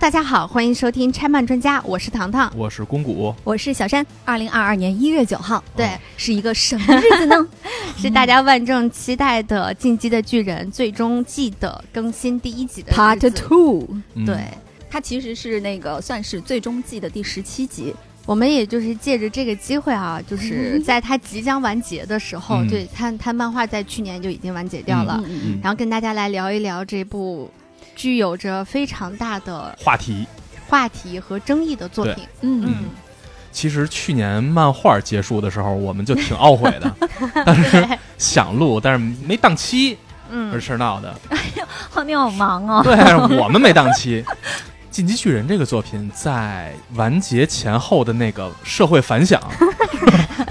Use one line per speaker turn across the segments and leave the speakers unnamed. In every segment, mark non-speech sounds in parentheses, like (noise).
大家好，欢迎收听拆漫专家，我是糖糖，
我是公谷，
我是小山。二零二二年一月九号，哦
对，
是一个什么日子呢？
(laughs) 是大家万众期待的《进击的巨人》最终季的更新第一集的日子
嗯 Part Two，
嗯
对，
它其实是那个算是最终季的第十七集。
我们也就是借着这个机会啊，就是
嗯
在它即将完结的时候，
嗯
对它它漫画在去年就已经完结掉了，
嗯嗯
嗯
然后跟大家来聊一聊这部具有着非常大的
话题。
话题和争议的作品。
嗯嗯，
嗯其实去年漫画结束的时候，我们就挺懊悔的，但是想录，但是没档期，
嗯
而事儿闹的。嗯
画面好忙哦。 (laughs)
对，我们没档期。《进击巨人》这个作品在完结前后的那个社会反响，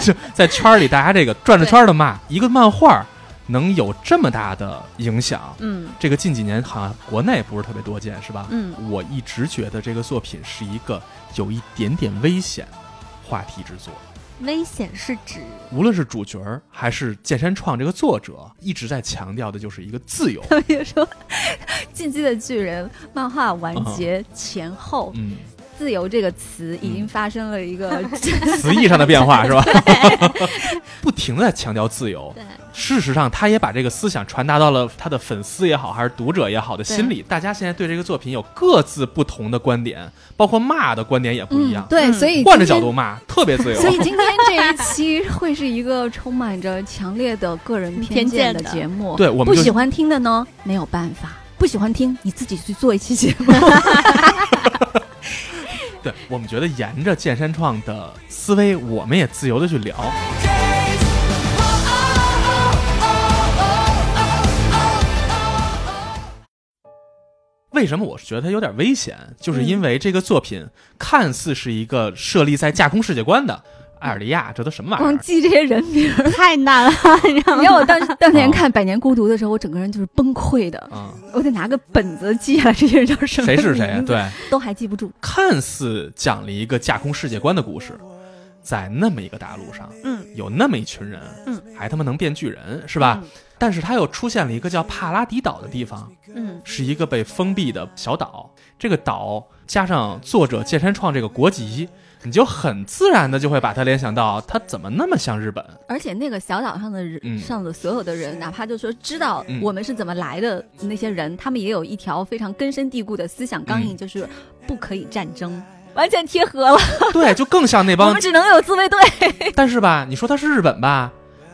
就在圈儿里大家这个转着圈儿的骂，一个漫画能有这么大的影响，
嗯
这个近几年好像国内不是特别多见，是吧？
嗯，
我一直觉得这个作品是一个有一点点危险话题之作，
危险是指
无论是主角儿还是剑山创这个作者一直在强调的就是一个自
(laughs)
由。
特别说，《进击的巨人》漫画完结前后，
啊嗯，
自由”这个词已经发生了一个 (laughs)
词义上的变化是吧？不停的在强调自由。
对
事实上，他也把这个思想传达到了他的粉丝也好，还是读者也好的心里。大家现在对这个作品有各自不同的观点，包括骂的观点也不一样。
对，
嗯
所以
换着
今
角
天
度骂，特别自由。
所以今天这一期会是一个充满着强烈的个人偏见的节目。
对我们
不
就
喜欢听的呢，没有办法。不喜欢听，你自己去做一期节
(laughs)
目。
对我们觉得沿着剑山创的思维，我们也自由的去聊。为什么我觉得它有点危险？就是因为这个作品看似是一个设立在架空世界观的艾尔利亚，这都什么玩意
光
儿？
记这些人名儿，
太难了，你知
(laughs)
道吗？
你让我当当年看《百年孤独》的时候，我整个人就是崩溃的。
啊、
我得拿个本子记下来这些人叫什么，
谁是谁？，啊对，
都还记不住。
看似讲了一个架空世界观的故事，在那么一个大陆上，
嗯，
有那么一群人，
嗯，
还他妈能变巨人，是吧？
嗯
但是他又出现了一个叫帕拉迪岛的地方，
嗯
是一个被封闭的小岛。这个岛加上作者剑山创这个国籍，你就很自然的就会把它联想到它怎么那么
(laughs)
像日本？
而且那个小岛上的人、
嗯
上的所有的人，哪怕就说知道
嗯
我们是怎么来的那些人，他们也有一条非常根深蒂固的思想纲领，
嗯
就是不可以战争，完全贴合了。
对，就更像那
我
(laughs)
帮
们。只能有自卫队。
但是吧，你说它是日本吧，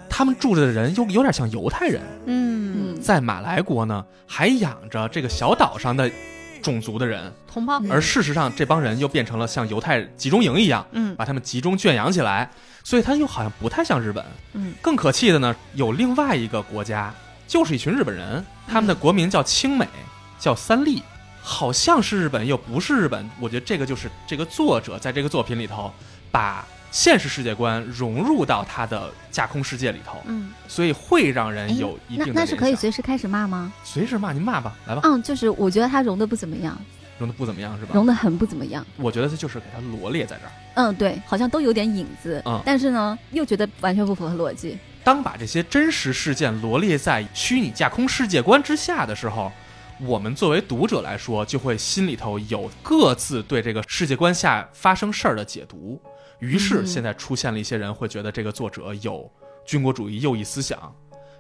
他们住着的人又有点像犹太人。
嗯，
在马来国呢，还养着这个小岛上的种族的人，
同胞，
而事实上，这帮人又变成了像犹太集中营一样，
嗯
把他们集中圈养起来，所以他又好像不太像日本。
嗯，
更可气的呢，有另外一个国家，就是一群日本人，他们的国名叫清美，叫三立，好像是日本又不是日本。我觉得这个就是这个作者在这个作品里头把。现实世界观融入到他的架空世界里头，
嗯，
所以会让人有一定
哎那
的哦
那是可以
联想
随时开始骂吗？
随时骂您骂吧，来吧，
嗯，就是我觉得他融的不怎么样，
融的不怎么样是吧？
融的很不怎么样。
我觉得他就是给他罗列在这儿。
嗯，对，好像都有点影子，
嗯
但是呢，又觉得完全不符合逻辑。
当把这些真实事件罗列在虚拟架空世界观之下的时候，我们作为读者来说，就会心里头有各自对这个世界观下发生事儿的解读。于是，
嗯
现在出现了一些人会觉得这个作者有军国主义右翼思想，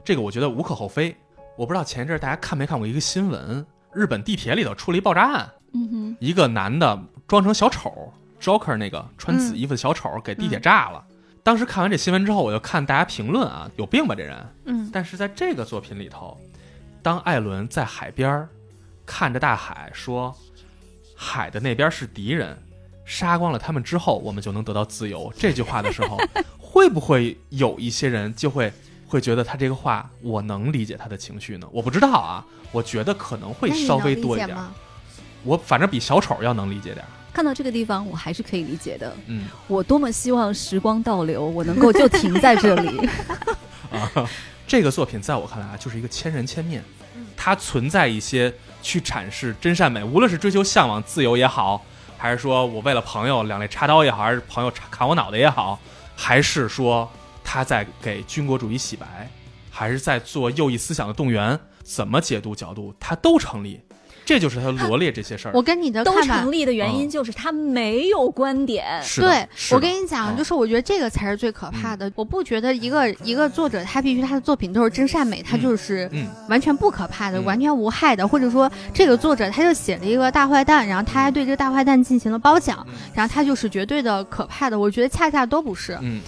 这个我觉得无可厚非。我不知道前一阵儿大家看没看过一个新闻，日本地铁里头出了一爆炸案，
嗯哼，
一个男的装成小丑，Joker 那个穿紫衣服的小丑给地铁炸了。
嗯
当时看完这新闻之后，我就看大家评论啊，有病吧这人！
嗯
但是在这个作品里头，当艾伦在海边儿看着大海说：“海的那边是敌人，杀光了他们之后，我们就能得到自由。”这句话的时
(laughs)
候，会不会有一些人就会会觉得他这个话，我能理解他的情绪呢？我不知道啊，我觉得可能会
那你
稍
能
微
理
多一
解
点儿。
吗
我反正比小丑要能理解点儿。
看到这个地方，我还是可以理解的。
嗯，
我多么希望时光倒流，我能够就停在这 (laughs) 里。
(laughs) 这个作品在我看来啊，就是一个千人千面
嗯，
它存在一些去阐释真善美，无论是追求向往自由也好，还是说我为了朋友两肋插刀也好，还是朋友插砍我脑袋也好，还是说他在给军国主义洗白，还是在做右翼思想的动员，怎么解读角度，它都成立。这就是他罗列这些事儿。
我跟你的
呃
都
看法
成。立的原因
嗯
就是他没有观点，
哦
是的
对，
是
我
的
跟你讲，
嗯
就是我觉得这个才是最可怕的。我不觉得一个一个作者他必须他的作品都是真善美，他
嗯
就是
嗯
完全不可怕的、
嗯
完全无害的，或者说这个作者他就写了一个大坏蛋，然后他还对这个大坏蛋进行了褒奖，
嗯
然后他就是绝对的可怕的。我觉得恰恰都不是，
嗯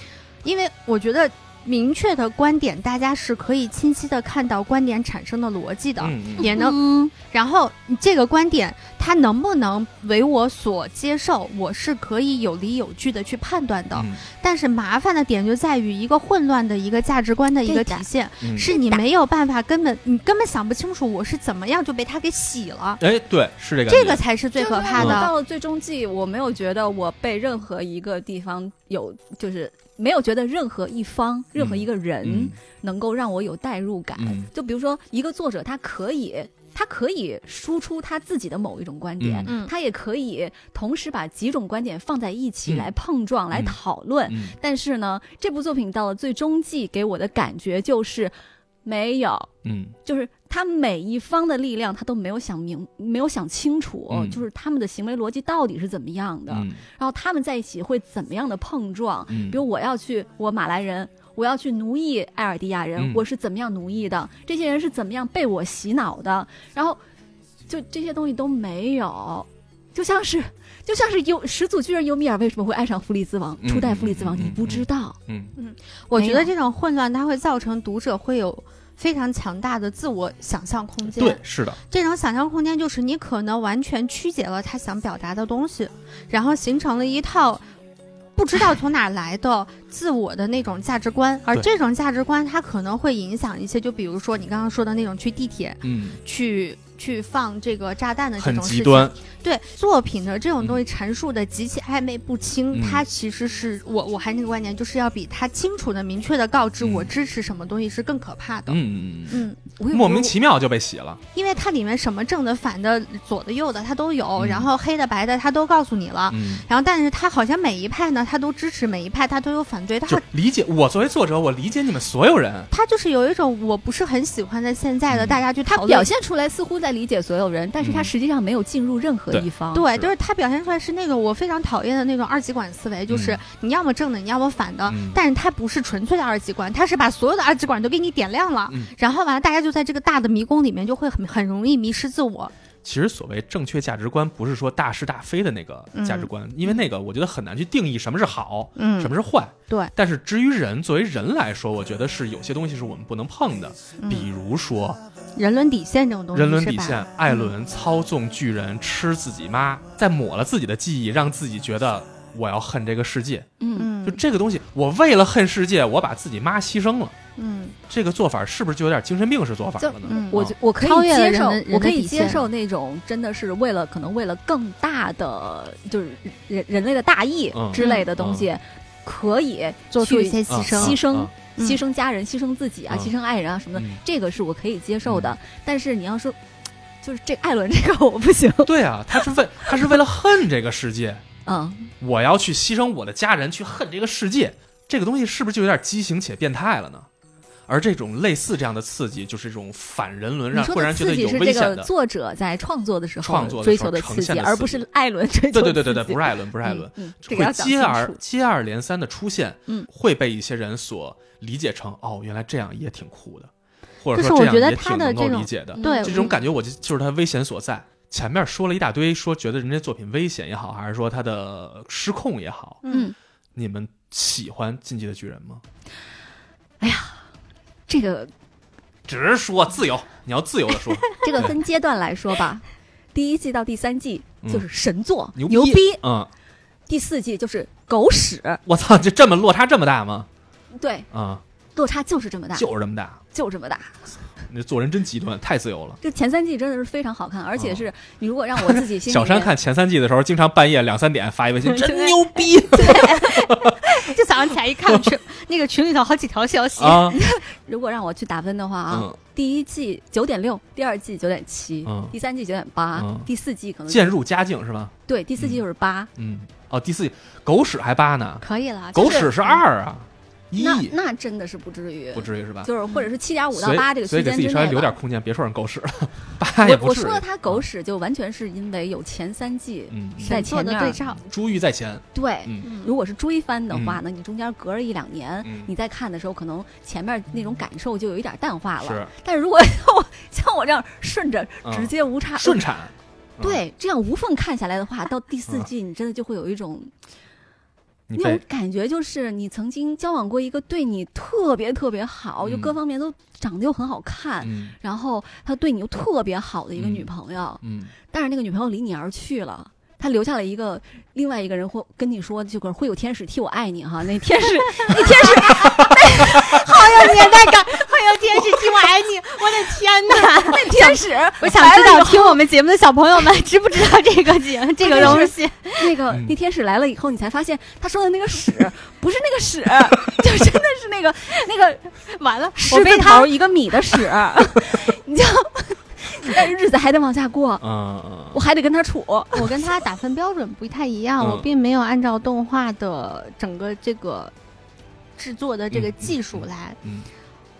因为我觉得明确的观点，大家是可以清晰的看到观点产生的逻辑的，
嗯嗯
也能
嗯，
然后你这个观点它能不能为我所接受，我是可以有理有据的去判断的。
嗯
但是麻烦的点就在于一个混乱的一个价值观的一
对
个
的
体现，
嗯，
是你没有办法根本你根本想不清楚我是怎么样就被他给洗了，
哎，对，是这个
这个
感觉
才是最可怕
就是我
的。
到了最终季，我没有觉得我被任何一个地方有，就是没有觉得任何一方、任何一个人
嗯
能够让我有代入感。
嗯
就比如说，一个作者他可以，他可以输出他自己的某一种观点。
嗯
他也可以同时把几种观点放在一起
嗯
来碰撞、来
嗯
讨论，
嗯
但是呢，这部作品到了最终季，给我的感觉就是没有，
嗯
就是他每一方的力量，他都没有想明，没有想清楚，
嗯
就是他们的行为逻辑到底是怎么样的，
嗯
然后他们在一起会怎么样的碰撞。
嗯，
比如我要去，我马来人。我要去奴役艾尔迪亚人，
嗯
我是怎么样奴役的？这些人是怎么样被我洗脑的？然后，就这些东西都没有，就像是，就像是尤始祖巨人尤米尔为什么会爱上弗利兹王？
嗯
初代弗利兹王，
嗯嗯
你不知道，
嗯
我觉
没
得
有
这种混乱它会造成读者会有非常强大的自我想象空间。
对，是的，
这种想象空间就是你可能完全曲解了他想表达的东西，然后形成了一套不知
(laughs)
道从哪儿来的自我的那种价值观，而
对
这种价值观它可能会影响一些，就比如说你刚刚说的那种去地铁
嗯，
去。去放这个炸弹的这
很
种事
极
情，
端，
对作品的这种东西阐述的极其暧昧不清，
嗯
它其实是我我还是那个观点，就是要比他清楚的、明确的告知我
嗯
支持什么东西是更可怕的。
嗯嗯
嗯，
嗯，莫名其妙就被洗了，
因为它里面什么正的、反的、左的、右的它都有，
嗯
然后黑的、白的它都告诉你了。
嗯。
然后，但是它好像每一派呢，它都支持每一派，它都有反对，它
就理解我作为作者，我理解你们所有人，
它就是有一种我不是很喜欢在现在的、
嗯
大家去讨
他
论。
表现出来似乎在理解所有人，但是他
嗯
实际上没有进入任何一方。
对，
是
就是它表现出来是那种我非常讨厌的那种二极管思维，就是
嗯
你要么正的，你要么反的，
嗯
但是它不是纯粹的二极管，它是把所有的二极管都给你点亮了，
嗯
然后完了，大家就在这个大的迷宫里面就会很很容易迷失自我。
其实所谓正确价值观，不是说大是大非的那个价值观，因为那个我觉得很难去定义什么是好，
嗯
什么是坏。
对，
但是至于人，作为人来说，我觉得是有些东西是我们不能碰的，比如说
人伦底线这嗯种东西，
人伦
是
底
吧嗯
线，艾伦操纵巨人吃自己妈，再抹了自己的记忆，让自己觉得我要恨这个世界。
嗯
嗯，
就这个东西，我为了恨世界，我把自己妈牺牲了。
嗯。
这个做法是不是就有点精神病式做法了呢？
嗯
我
啊
就我可
超
以
越了
接
人
受
的人，的
我可以
底
接
线
受那种真的是为了可能为了更大的就是人人类的大义
嗯
之类的东西，可以
嗯做出一些
去
牺牲，
牺牲
啊
嗯
牺牲家人、牺牲自己啊、
嗯
牺牲爱人啊什么的，
嗯
这个是我可以接受的。但是你要说，就是这艾伦这个我
(laughs)
不行，
对啊，他是为他是为了恨这个世界，
嗯，
我要去牺牲我的家人去恨这个世界，这个东西是不是就有点畸形且变态了呢？而这种类似这样的刺激，就是一种反人伦，
你
让
说
会让人
的
觉
刺
得
激
有
是
危
这
险
个
的。
作者在创作的时
创作的
候追
时候
求的
呈
刺
现
激，
的
而
刺
不是
激
艾伦追求
对
的
对
刺
对
激。
对对，不是艾伦，不是艾伦，
嗯，嗯这个
会
要讲
接
清
二
楚。
接二连三的出现，
嗯
会被一些人所理解成哦，原来这样也挺酷的，或
就
者
是
说这
我
样
觉得
也
他
挺
的
能够
这种
理解的。
嗯
对
这种感觉，我就就是他危险所在。前面说了一大堆，说觉得人家作品危险也好，还是说他的失控也好，
嗯，
你们喜欢《进击的巨人》吗？
这个
直说自由，你要自由的说，
(laughs) 这个分阶段来说吧，第一季到第三季就是神作，
嗯牛
牛逼；
嗯，
第四季就是狗屎，
我操，就这么落差这么大吗？
对，
啊、
落差就是这么大，
就是这么大，
就这么大。
你做人真极端，太自由了。
这前三季真的是非常好看，而且是你如果让我自己心里
哦小山
面
看前三季的时候，经常半夜两三点发一微信，真牛逼
就早上起来一
(laughs)
看群，那个群里头好几条消息，
啊！
如果让我去打分的话啊，
嗯
第一季九点六，第二季九点七
嗯，
第三季九点八
嗯，
第四季可能
渐入佳境是吧？嗯
对，第四季就是八。
嗯，哦，第四季狗屎还八呢，
可以了。
狗屎是二啊，一
那
亿
那真的是不至于
不，至于是吧？
就是或者是七点五到
所以
八这个
所以
区
给
间
自己
之
稍微
内
留点
吧。
空间，别说人狗屎
(laughs)
了，八也
我
不
我
至于
说的他狗屎，就完全是因为有前三季
嗯，嗯
在
做
前
的
面
对
儿。
照，
珠玉在前，
对，
嗯
如果是追番的话呢，你中间隔了一两年，
嗯，
你再看的时候，可能前面那种感受就有一点淡化嗯了。
是
但是如果 (laughs) 像我像我这样顺着
嗯
直接无差、呃
顺产，嗯，
对这样无缝看下来的话，到第四
嗯
季你真的就会有一种
你
那
被
种感觉，就是你曾经交往过一个对你特别特别好，就
嗯
各方面都长得又很好看，
嗯
然后他对你又特别好的一个
嗯
女朋友，
嗯
但是那个女朋友离你而去了。他留下了一个另外一个人会跟你说，这个会有天使替我爱你哈，那天使那天使
好有年代感，好有天使替我爱你，我的天
(laughs)
哪！
那天使，
(laughs) 我想知道听我们节目的小朋友们知不知道这个 (laughs) 节这个东西？
那个
嗯
那天使来了以后，你才发现他说的那个屎不是那个屎，就真的是那个那个
完了，我
狮
被
子
他
头一个米的屎， (laughs) 你就 (laughs) 但是日子还得往下过，
嗯嗯
我还得跟他处。
我跟他打分标准不太一样，
嗯
我并没有按照动画的整个这个制作的这个技术来。
嗯嗯嗯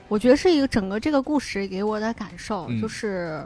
我觉得是一个整个这个故事给我的感受，
嗯
就是，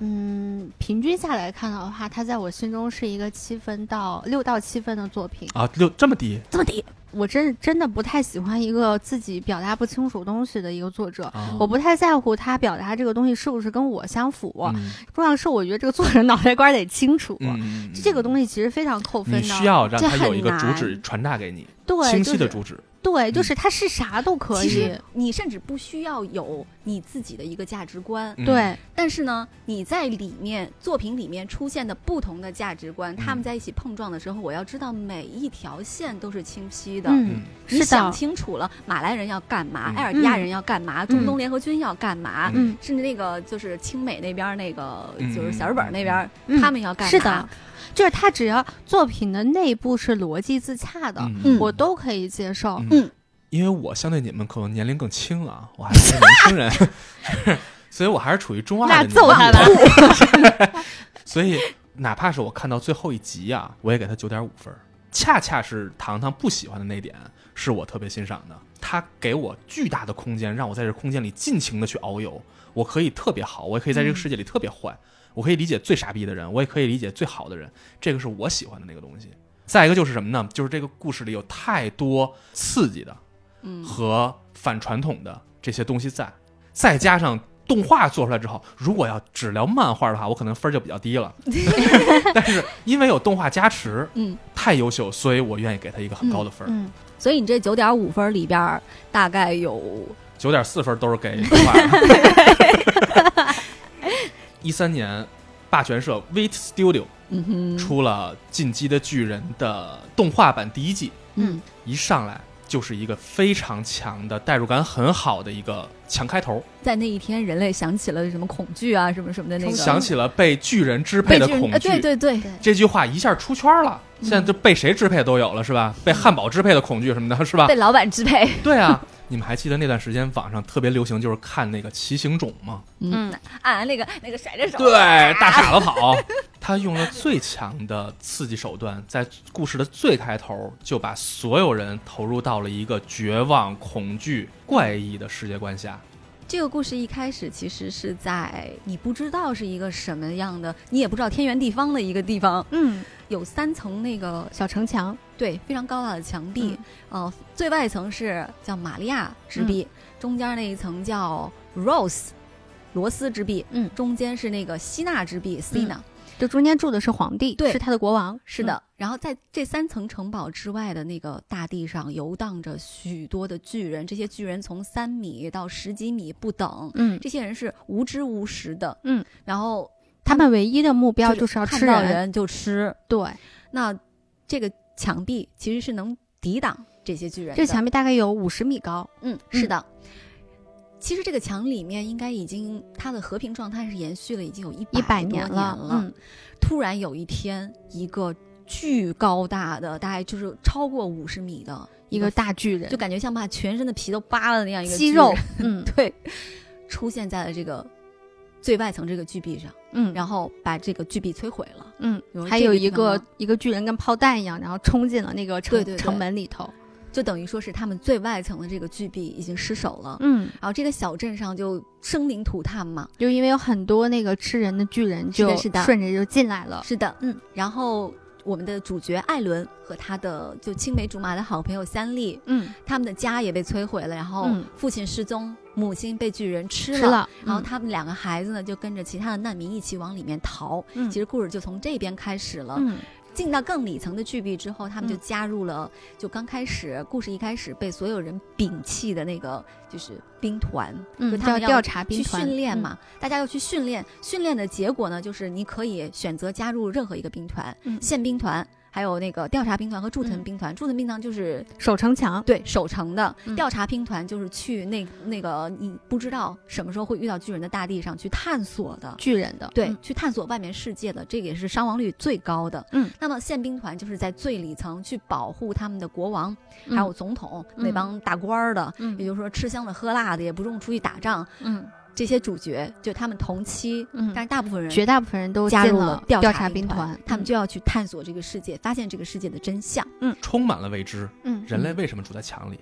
嗯，平均下来看的话，它在我心中是一个七分到六到七分的作品。
啊，六这么低
这么低，
我真真的不太喜欢一个自己表达不清楚东西的一个作者。
啊，
我不太在乎他表达这个东西是不是跟我相符，
嗯
重要是我觉得这个作者脑袋瓜儿得清楚。
嗯嗯
这个东西其实非常扣分的。
你需要让
这
它有一个
很
主
难
旨传达给你，
对
清晰的
就是
主旨，
对，
嗯
就是它是啥都可
其
以
实。你甚至不需要有你自己的一个价值观，
嗯
对，
但是呢，你在里面作品里面出现的不同的价值观，他们在一起碰撞的时候，我要知道每一条线都是清晰的。
嗯，
你
是
想
的，
清楚了，马来人要干嘛，
嗯
埃尔迪亚
嗯
人要干嘛，中东联合军要干嘛，
嗯，
甚至那个就是清美那边儿那个
嗯
就是小日本儿那边儿，
嗯
他们要干嘛？
是的，，就是它只要作品的内部是逻辑自洽的，
嗯
我都可以接受。
嗯
嗯
因为我相对你们可能年龄更轻啊， (laughs) 我还是个年轻人， (laughs) 是所以我还是处于中二的
那
年纪。
揍他吧！
(laughs) 所以哪怕是我看到最后一集啊，我也给他九点五分儿。恰恰是糖糖不喜欢的那点，是我特别欣赏的。他给我巨大的空间，让我在这空间里尽情的去遨游。我可以特别好，我也可以在这
嗯
个世界里特别坏，我可以理解最傻逼的人，我也可以理解最好的人。这个是我喜欢的那个东西。再一个就是什么呢？就是这个故事里有太多刺激的，
嗯
和反传统的这些东西在，再加上动画做出来之后，如果要只聊漫画的话，我可能分儿就比较低
(laughs)
了。但是因为有动画加持，
嗯，
太优秀，所以我愿意给他一个很高的分儿，
嗯，
所以你这九点五分儿里边儿大概有
九点四分都是给动画的。
(laughs)
一三年，霸权社 Wait Studio
嗯哼
出了《进击的巨人》的动画版第一季，
嗯
一上来就是一个非常强的代入感很好的一个强开头。
在那一天，人类想起了什么恐惧啊，什么什么的那个，
想起了被巨人支配
被
的
巨人
恐
呃
惧，
对对对，
这句话一下出圈了。现在就被谁支配都有了，是吧？
嗯
被汉堡支配的恐惧什么的，是吧？
(laughs) 被老板支配，
对
(laughs)
啊，你们还记得那段时间网上特别流行就是看那个《骑行种》吗？
嗯，
按那个那个甩着手，
对，
啊
大傻子跑，他用了最强的刺激手段，在故事的最开头就把所有人投入到了一个绝望、恐惧、怪异的世界观下。
这个故事一开始其实是在你不知道是一个什么样的，你也不知道天圆地方的一个地方，
嗯，
有三层那个
小城墙，
对非常高大的墙
嗯
壁，呃，最外层是叫玛利亚之壁，
嗯
中间那一层叫 Rose 罗斯之壁，
嗯
中间是那个希娜之壁 Sina，、
这中间住的是皇帝，
对
是他的国王，
是的，然后在这三层城堡之外的那个大地上游荡着许多的巨人，这些巨人从三米到十几米不等，
嗯，嗯，
这些人是无知无食的，
嗯，
然后
他们唯一的目标
就是
要吃
看到，人就吃。
对，
那这个墙壁其实是能抵挡这些巨人的，
这墙壁大概有五十米高，
嗯，是的。其实这个墙里面应该已经它的和平状态是延续了已经有一
一百
哎年
了，
了
嗯，
突然有一天，一个巨高大的，大概就是超过五十米的
一个，大巨人
就，感觉像把全身的皮都扒了那样一个
肌
巨
肉
人， (laughs)
嗯
对，出现在了这个最外层这个巨壁上，
嗯，
然后把这个巨壁摧毁了。
嗯
有，
还
这
有
个
一
地方
个
吗
一个巨人跟炮弹一样，然后冲进了那个城
对对对
城门里头。嗯
就等于说是他们最外层的这个巨壁已经失守了，
嗯，
然后这个小镇上就生灵涂炭嘛。
就因为有很多那个吃人的巨人
是
就
的是的
顺着就进来了，
是的，嗯，然后。我们的主角艾伦和他的就青梅竹马的好朋友三笠，
嗯，
他们的家也被摧毁了，然后
嗯
父亲失踪，母亲被巨人吃了，
吃了，
然后
嗯
他们两个孩子呢就跟着其他的难民一起往里面逃。
嗯
其实故事就从这边开始了。
嗯
进到更里层的巨壁之后，他们就
嗯
加入了就刚开始故事一开始被所有人摒弃的那个就是兵团，就
嗯，
他
叫
们要
调查兵
去
团嗯
训练，嘛，大家要去训练。训练的结果呢，就是你可以选择加入任何一个兵团，
嗯
宪兵团，还有那个调查兵团和驻屯
嗯
兵团。驻屯兵团就是
嗯守城墙，
对守城的、
嗯
调查兵团，就是去那那个你不知道什么时候会遇到巨人的大地上去探索的。
巨人的，
对，
嗯
去探索外面世界的，这个也是伤亡率最高的。
嗯，
那么宪兵团就是在最里层去保护他们的国王，还有总统、
嗯
那帮大官儿的，
嗯
也就是说吃香的喝辣的，也不用出去打仗。
嗯
这些主角就他们同期，
嗯
但是大部分人
绝大部分人都
加
进
入
了
调
查
兵
兵团，嗯
他们就要去探索这个世界，发现这个世界的真相。
充满了未知。
嗯
人类为什么住在墙里？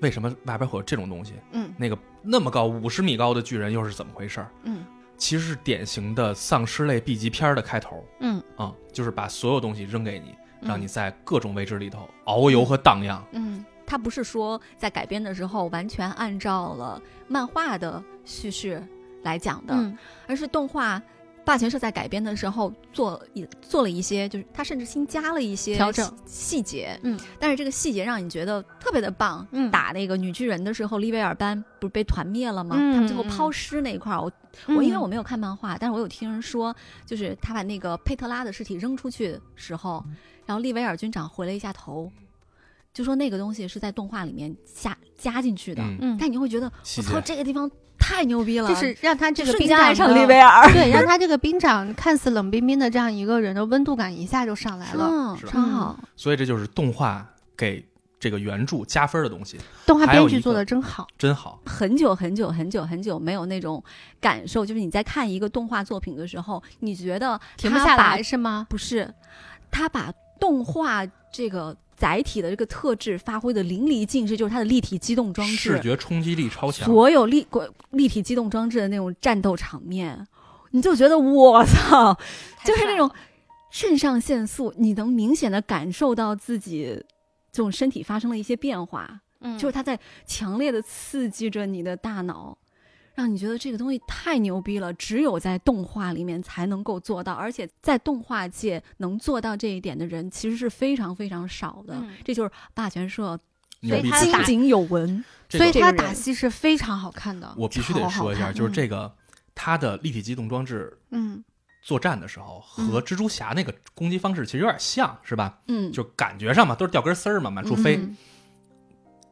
为什么外边会有这种东西？
嗯
那个那么高五十米高的巨人又是怎么回事儿？
嗯
其实是典型的丧尸类 B 级片儿的开头
嗯
啊、就是把所有东西扔给你，
嗯
让你在各种未知里头遨游和荡漾。
嗯
他不是说在改编的时候完全按照了漫画的叙事来讲的，
嗯
而是动画霸权社在改编的时候做一做了一些，就是他甚至新加了一些
调整
细细节，
嗯，
但是这个细节让你觉得特别的棒。
嗯
打那个女巨人的时候，利维尔班不是被团灭了吗？
嗯
他们最后抛尸那一块儿，我
嗯
我因为我没有看漫画，但是我有听人说，就是他把那个佩特拉的尸体扔出去的时候，
嗯
然后利维尔军长回了一下头，就说那个东西是在动画里面加加进去的。
嗯，
嗯，
但你会觉得，
细
我
节
操，这个地方太牛逼了，
就是让他这个
嗯瞬
兵
间
长
爱上
的
利维尔。
对，让他这个兵长看似冷冰冰的这样一个人的温度感一下就上来了。
嗯，
是
超好。
所以这就是动画给这个原著加分的东西，
动画
还有
编剧
一
做
个
的真好，
真好。
很久很久很久很久没有那种感受，就是你在看一个动画作品的时候，你觉得
停不
他
下
把
来，是吗？ (laughs)
不是他把动画这个载体的这个特质发挥的淋漓尽致，就是它的立体机动装
视
置，
觉冲击力超强。
所有立立体机动装置的那种战斗场面，你就觉得我操，就是那种肾上腺素，你能明显的感受到自己这种身体发生了一些变化。
嗯
就是它在强烈的刺激着你的大脑，让你觉得这个东西太牛逼了，只有在动画里面才能够做到，而且在动画界能做到这一点的人其实是非常非常少的，
嗯
这就是霸权社
牛
所
逼
以！他
津
打
津有闻。
这
所以
个
这
他
个
打
人
戏是非常好看的。
我必须得
超好嗯
说一下，
看
就是这个它的立体机动装置
嗯
作战的时候和蜘蛛侠那个攻击方式其实有点像，是吧？
嗯，
就感觉上嘛，都是掉根丝儿嘛，满处飞。
嗯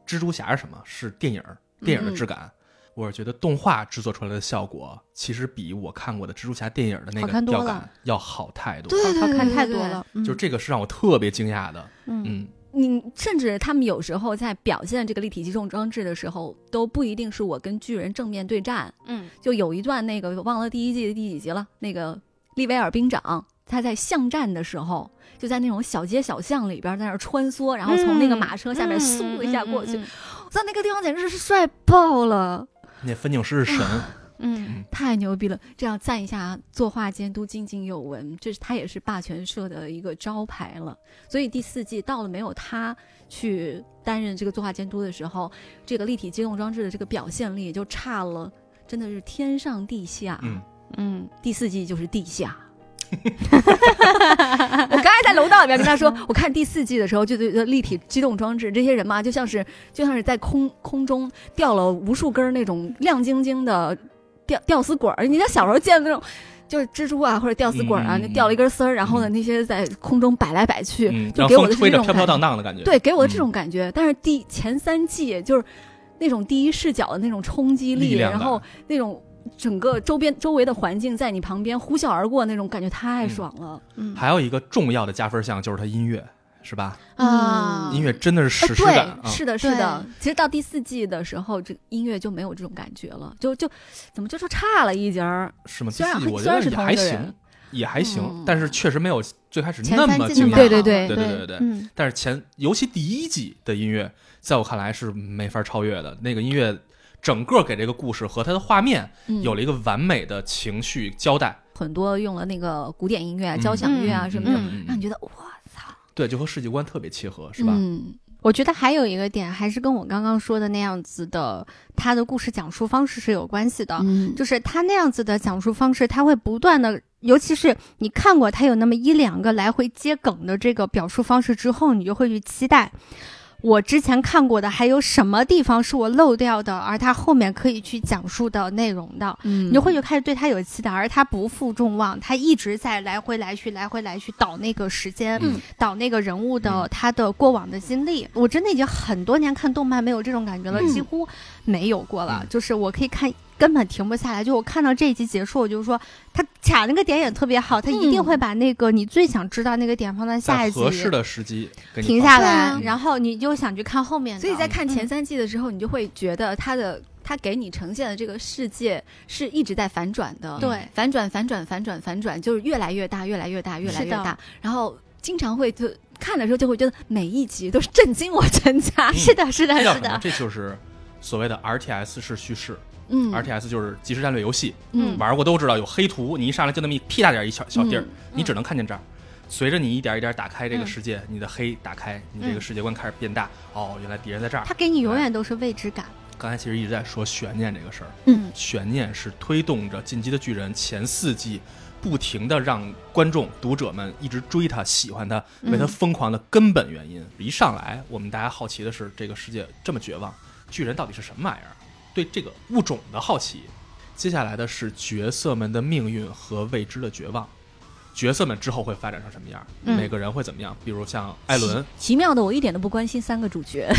蜘蛛侠是什么？是电影儿，电
嗯
影的质感。我是觉得动画制作出来的效果，其实比我看过的蜘蛛侠电影的那
好看
个
多
调
了
感要好太多。
对对
好
对，
看
对
太
对
多
对
了，
嗯
就这个是让我特别惊讶的。
嗯
嗯，
你甚至他们有时候在表现这个立体机动装置的时候，都不一定是我跟巨人正面对战，
嗯
就有一段那个忘了第一季的第几集了，那个利维尔兵长他在巷战的时候，就在那种小街小巷里边在那儿穿梭，然后从那个马车
嗯
下面嗖一下过去，，我在那个地方简直是帅爆了，
那分镜师是神，
啊
嗯
太牛逼了！这样赞一下作画监督津津有闻，这是他也是霸权社的一个招牌了。所以第四季到了没有他去担任这个作画监督的时候，这个立体机动装置的这个表现力就差了，真的是天上地下。
嗯，
嗯
第四季就是地下。我刚才在楼道里面跟他说， (laughs) 我看第四季的时候就觉得立体机动装置这些人嘛，就像是就像是在空空中吊了无数根儿那种亮晶晶的吊吊死管儿。你像小时候见的那种，就是蜘蛛啊或者吊死管儿啊，
嗯
那吊了一根丝儿，然后呢
嗯
那些在空中摆来摆去，
嗯
就
让
给我
风
的是
吹
这
着
种
飘飘
感觉
荡荡的感觉。
对，给我的
嗯
这种感觉。但是第前三季就是那种第一视角的那种冲击力，
力量
然
感
后那种整个周边周围的环境在你旁边呼啸而过那种感觉太爽了。
嗯
还有一个重要的加分项就是它音乐，是吧？
啊，
嗯音乐真的是史诗感
嗯呃对，
啊！
是的，是的。其实到第四季的时候，这音乐就没有这种感觉了，就就怎么就说差了一截儿。
是吗？第
虽然
四季我觉
虽然
得
是
也
同一
还
个
行
人，
也还行，
嗯
但是确实没有最开始
前
那
三
么
季
惊
那
讶。
么
对
好
对对
对对对对
嗯，
但是前尤其第一季的音乐，在我看来是没法超越的。那个音乐整个给这个故事和它的画面
嗯
有了一个完美的情绪交代，
很多用了那个古典音乐、啊、交响乐啊
嗯
什么的，
嗯
让你觉得哇操，
对，就和世界观特别契合，是吧？
嗯
我觉得还有一个点，还是跟我刚刚说的那样子的，他的故事讲述方式是有关系的。
嗯，
就是他那样子的讲述方式，他会不断的，尤其是你看过他有那么一两个来回接梗的这个表述方式之后，你就会去期待。我之前看过的还有什么地方是我漏掉的，而他后面可以去讲述的内容的，
嗯
你就会就开始对他有期待，而他不负众望，他一直在来回来去、来回来去倒那个时间，
嗯
倒那个人物的
嗯
他的过往的经历。我真的已经很多年看动漫没有这种感觉了，
嗯
几乎没有过了。
嗯
就是我可以看，根本停不下来。就我看到这一集结束，我就说他卡那个点也特别好，他一定
嗯
会把那个你最想知道那个点放在下
在
一集
合适的时机给你
停
放
下
对
来
啊，
然后你就想去看后面的。
所
嗯
以在看前三季的时候，你就会觉得它的它给你呈现的这个世界是一直在反转的，
对
反转反转反转反转，就是越来越大，越来越大，越来越大，然后经常会就看的时候就会觉得每一集都是震惊我全家， (laughs)
嗯
是的，是的，
这叫
是
什么？
的，
这就是所谓的 RTS 式叙事、
嗯
r t s 就是即时战略游戏，
嗯
玩过都知道有黑图，你一上来就那么一屁大点儿一小小地儿，
嗯
你只能看见这儿。随着你一点一点打开这个
嗯
世界，你的黑打开，你这个
嗯
世界观开始变大。哦，原来敌人在这儿。
他给你永远都是未知感。
刚才其实一直在说悬念这个事儿，
嗯，
悬念是推动着《进击的巨人》前四季不停的让观众、读者们一直追他、喜欢他、为他
嗯
疯狂的根本原因。一上来，我们大家好奇的是，这个世界这么绝望，巨人到底是什么玩意儿？对这个物种的好奇。接下来的是角色们的命运和未知的绝望。角色们之后会发展成什么样？
嗯
每个人会怎么样？比如像
(laughs)
艾伦，
奇妙的，我一点都不关心三个主角，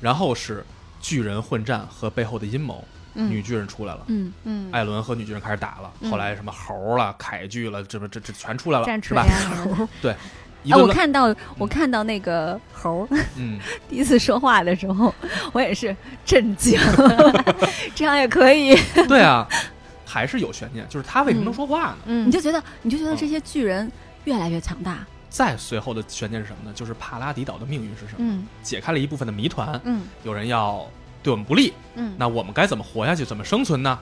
然后是巨人混战和背后的阴谋。女巨人出来了，
(laughs) 嗯
嗯，
艾伦和女巨人开始打了，
嗯
后来什么猴了、凯巨了，这不这这全出来了，
战
是
锤
吧
啊？哦什么的，
一
啊，
顿
我
乱，
看到我看到那个猴儿 (laughs)
(laughs)
嗯，
第一次说话的时候，我也是震惊， (laughs) 这样也可以，
对啊，还是有悬念，就是他为什么能说话呢？
嗯，
你就觉得你就觉得这些巨人越来越强大，
再随后的悬念是什么呢？就是帕拉迪岛的命运是什么？
嗯
解开了一部分的谜团，
嗯
有人要对我们不利，
嗯，
那我们该怎么活下去？怎么生存呢？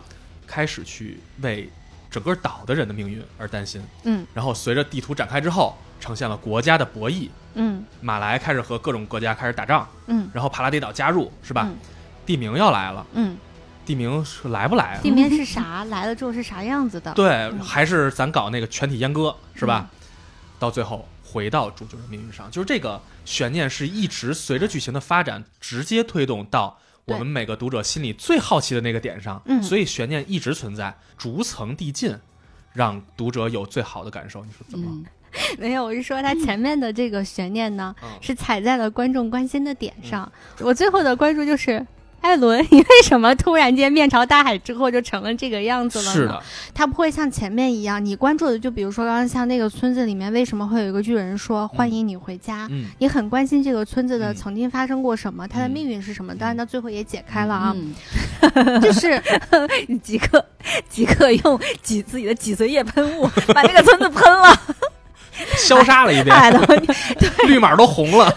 开始去为整个岛的人的命运而担心，
嗯，
然后随着地图展开之后，呈现了国家的博弈，
嗯
马来开始和各种国家开始打仗，
嗯
然后帕拉迪岛加入，是吧？
嗯
地名要来了，
嗯，
地名是来不来啊？
地面是啥，来了之后是啥样子的？，
对，还是咱搞那个全体阉割，是吧？
嗯
到最后回到主角的命运上，就是这个悬念是一直随着剧情的发展，直接推动到我们
对
每个读者心里最好奇的那个点上。
嗯
所以悬念一直存在，逐层递进，让读者有最好的感受。你说怎么了？
嗯
没有，我是说它前面的这个悬念呢，
嗯
(laughs) 是踩在了观众关心的点上。我最后的关注就是。艾伦，你为什么突然间面朝大海之后就成了这个样子了呢？
是的，
它不会像前面一样，你关注的就比如说刚刚像那个村子里面，为什么会有一个巨人说欢迎你回家？
嗯，
你很关心这个村子的
嗯
曾经发生过什么，它的
嗯
命运是什么？当然，到最后也解开了啊，
嗯，
就是
啊 (laughs) 即刻即刻用挤自己的脊髓液喷雾把那个村子喷了，
消杀了
(laughs)
一遍，
哎的
绿码都红了。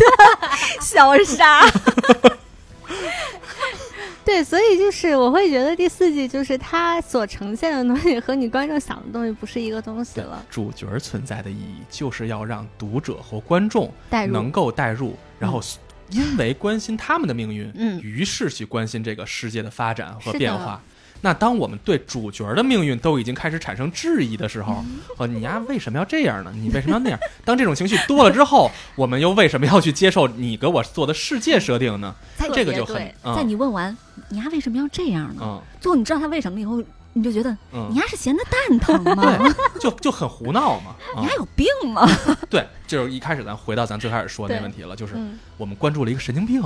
(laughs)
小沙，
对，所以就是我会觉得第四季就是它所呈现的东西和你观众想的东西不是一个东西了，
主角存在的意义就是要让读者和观众
代入
能够代入，然后因为关心他们的命运，
嗯
于是去关心这个世界的发展和
是的
变化。那当我们对主角的命运都已经开始产生质疑的时候，
嗯
哦，你呀为什么要这样呢？你为什么要
(laughs)
那样？当这种情绪多了之后，我们又为什么要去接受你给我做的世界设定呢？这个就很
在
嗯
你问完你丫为什么要这样呢？
嗯
最后你知道他为什么了以后，你就觉得你
嗯，
丫是闲的蛋疼吗？
对，就就很胡闹
(laughs)
嘛。
你
嗯
丫有病吗？
对，就是一开始咱回到咱最开始说那
对
问题了，就是
嗯，
我们关注了一个神
(laughs)
经病，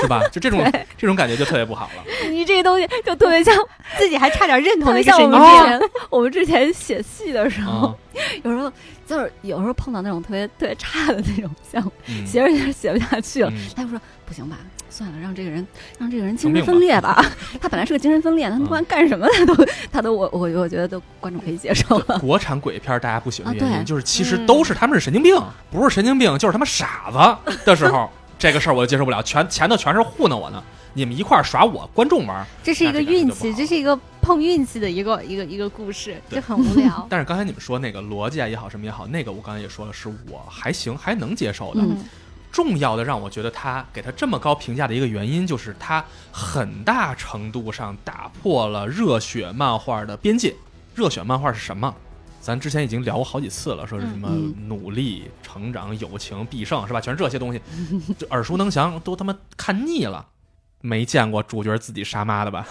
是吧？就这种这种感觉就特别不好了。
你这个东西就特别像
自己还差点认同的
特别
一个
像我
神
们哦
经
之
病。
前我们之前写戏的时候，
啊、
有时候就是有时候碰到那种特别特别差的那种项目， (laughs)
嗯
写着写着写不下去了，
嗯
他就说不行吧，算了，让这个人让这个人精神分裂吧。 (laughs) 他本来是个精神分裂，
嗯
他不管干什么他都他都我我我觉得都观众可以接受了。
国产鬼片大家不喜欢的
啊
原因，
对嗯
就是其实都是他们是神经病，不是神经病就是他妈傻
(laughs)
子的时候，这个事儿我就接受不了，全前头全是糊弄我呢，你们一块儿耍我，观众玩儿。
这是一个运
那这感觉就不
气，
好
这是一个碰运气的一个一个一个故事，
对。
就很无聊
(laughs)
嗯
但是刚才你们说那个逻辑啊也好什么也好，那个我刚才也说了，是我还行还能接受的。
嗯
重要的让我觉得他给他这么高评价的一个原因，就是他很大程度上打破了热血漫画的边界。热血漫画是什么？咱之前已经聊过好几次了，说是什么
嗯
努力、成长、友情、必胜，是吧？全是这
(laughs)
些东西，就耳熟能详，都他妈看腻了。没见过主角自己杀妈的吧？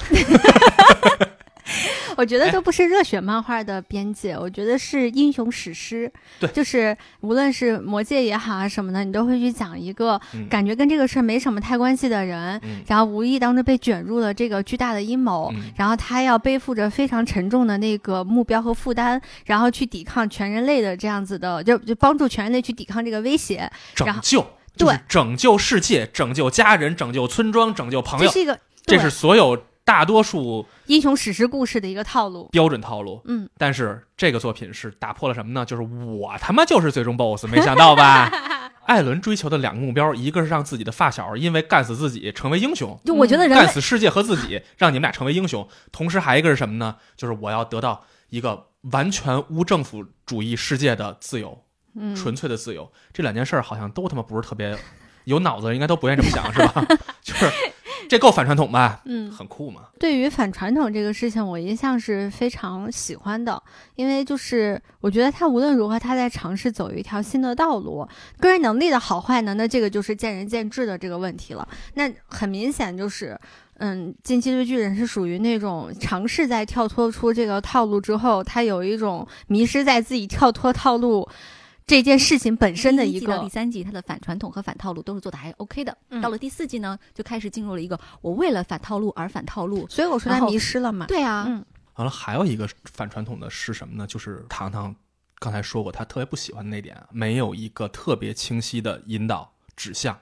我觉
哎
得都不是热血漫画的边界，我觉得是英雄史诗。
对
就是无论是魔界也好啊什么的，你都会去讲一个
嗯
感觉跟这个事儿没什么太关系的人，
嗯
然后无意当中被卷入了这个巨大的阴谋。
嗯
然后他要背负着非常沉重的那个目标和负担，然后去抵抗全人类的这样子的，就就帮助全人类去抵抗这个威胁。然
拯
后
救，就是
对
拯救世界，拯救家人，拯救村庄，拯救朋
这
友，
是一个
这
对
是所有大多数
英雄史诗故事的一个套路。
标准套路。
嗯，
但是这个作品是打破了什么呢？就是我他妈就是最终 BOSS，没想到吧？艾伦追求的两个目标，一个是让自己的发小因为干死自己成为英雄，
就我觉得人
嗯干
类
死世界和自己，让你们俩成为英雄。同时还一个是什么呢？就是我要得到一个完全无政府主义世界的自由，
嗯，
纯粹的自由。这两件事儿好像都他妈不是特别有脑子的，应该都不愿意这么想，是吧？ (laughs) 就是这够反传统吧？
嗯，
很酷嘛。
对于反传统这个事情，我一向是非常喜欢的，因为就是我觉得他无论如何，他在尝试走一条新的道路。个人能力的好坏呢，那这个就是见仁见智的这个问题了。那很明显就是，嗯，近期的巨人是属于那种尝试在跳脱出这个套路之后，他有一种迷失在自己跳脱套路这件事情本身的
第
一
季到
个
第三季，它的反传统和反套路都是做的还 OK 的。
嗯
到了第四季呢，就开始进入了一个我为了反套路而反套路。
所以我说他
然后
迷失了嘛。
对啊，
嗯
完了，还有一个反传统的是什么呢？就是糖糖刚才说过，他特别不喜欢的那点，没有一个特别清晰的引导指向，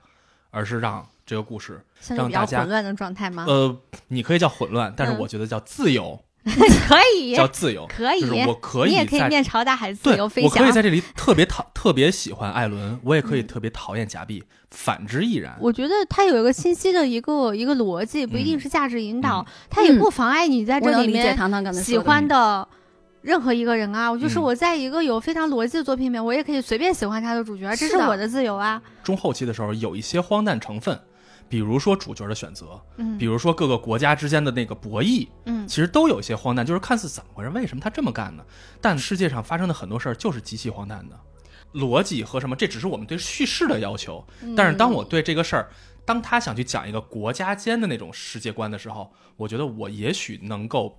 而是让这个故事，
现在比
让大
较
家
混乱的状态吗？
呃，你可以叫混乱，但是
啊嗯
我觉得叫自由，
(laughs) 可以，
叫自由，
可以，
就是我可
你
以
也可以
在。
面朝大海自
对，
由飞
我可以
翔。嗯
在这里特别讨、特别喜欢艾伦，我也可以特别讨厌贾碧，反之亦然。
我觉得它有一个清晰的一个一个逻辑，不一
嗯
定是价值引导，它也
嗯
不妨碍你在
我
这
能
里
理解
面
糖糖刚才
喜
说的。
欢的任何一个人啊。我就是
嗯
我在一个有非常逻辑的作品里面，我也可以随便喜欢他的主角，这
是
是
的
我的自由啊。
中后期的时候有一些荒诞成分，比如说主角的选择，
嗯
比如说各个国家之间的那个博弈，
嗯
其实都有一些荒诞，就是看似怎么回事，为什么他这么干呢？但世界上发生的很多事儿就是极其荒诞的，逻辑和什么，这只是我们对叙事的要求。
嗯
但是当我对这个事儿，当他想去讲一个国家间的那种世界观的时候，我觉得我也许能够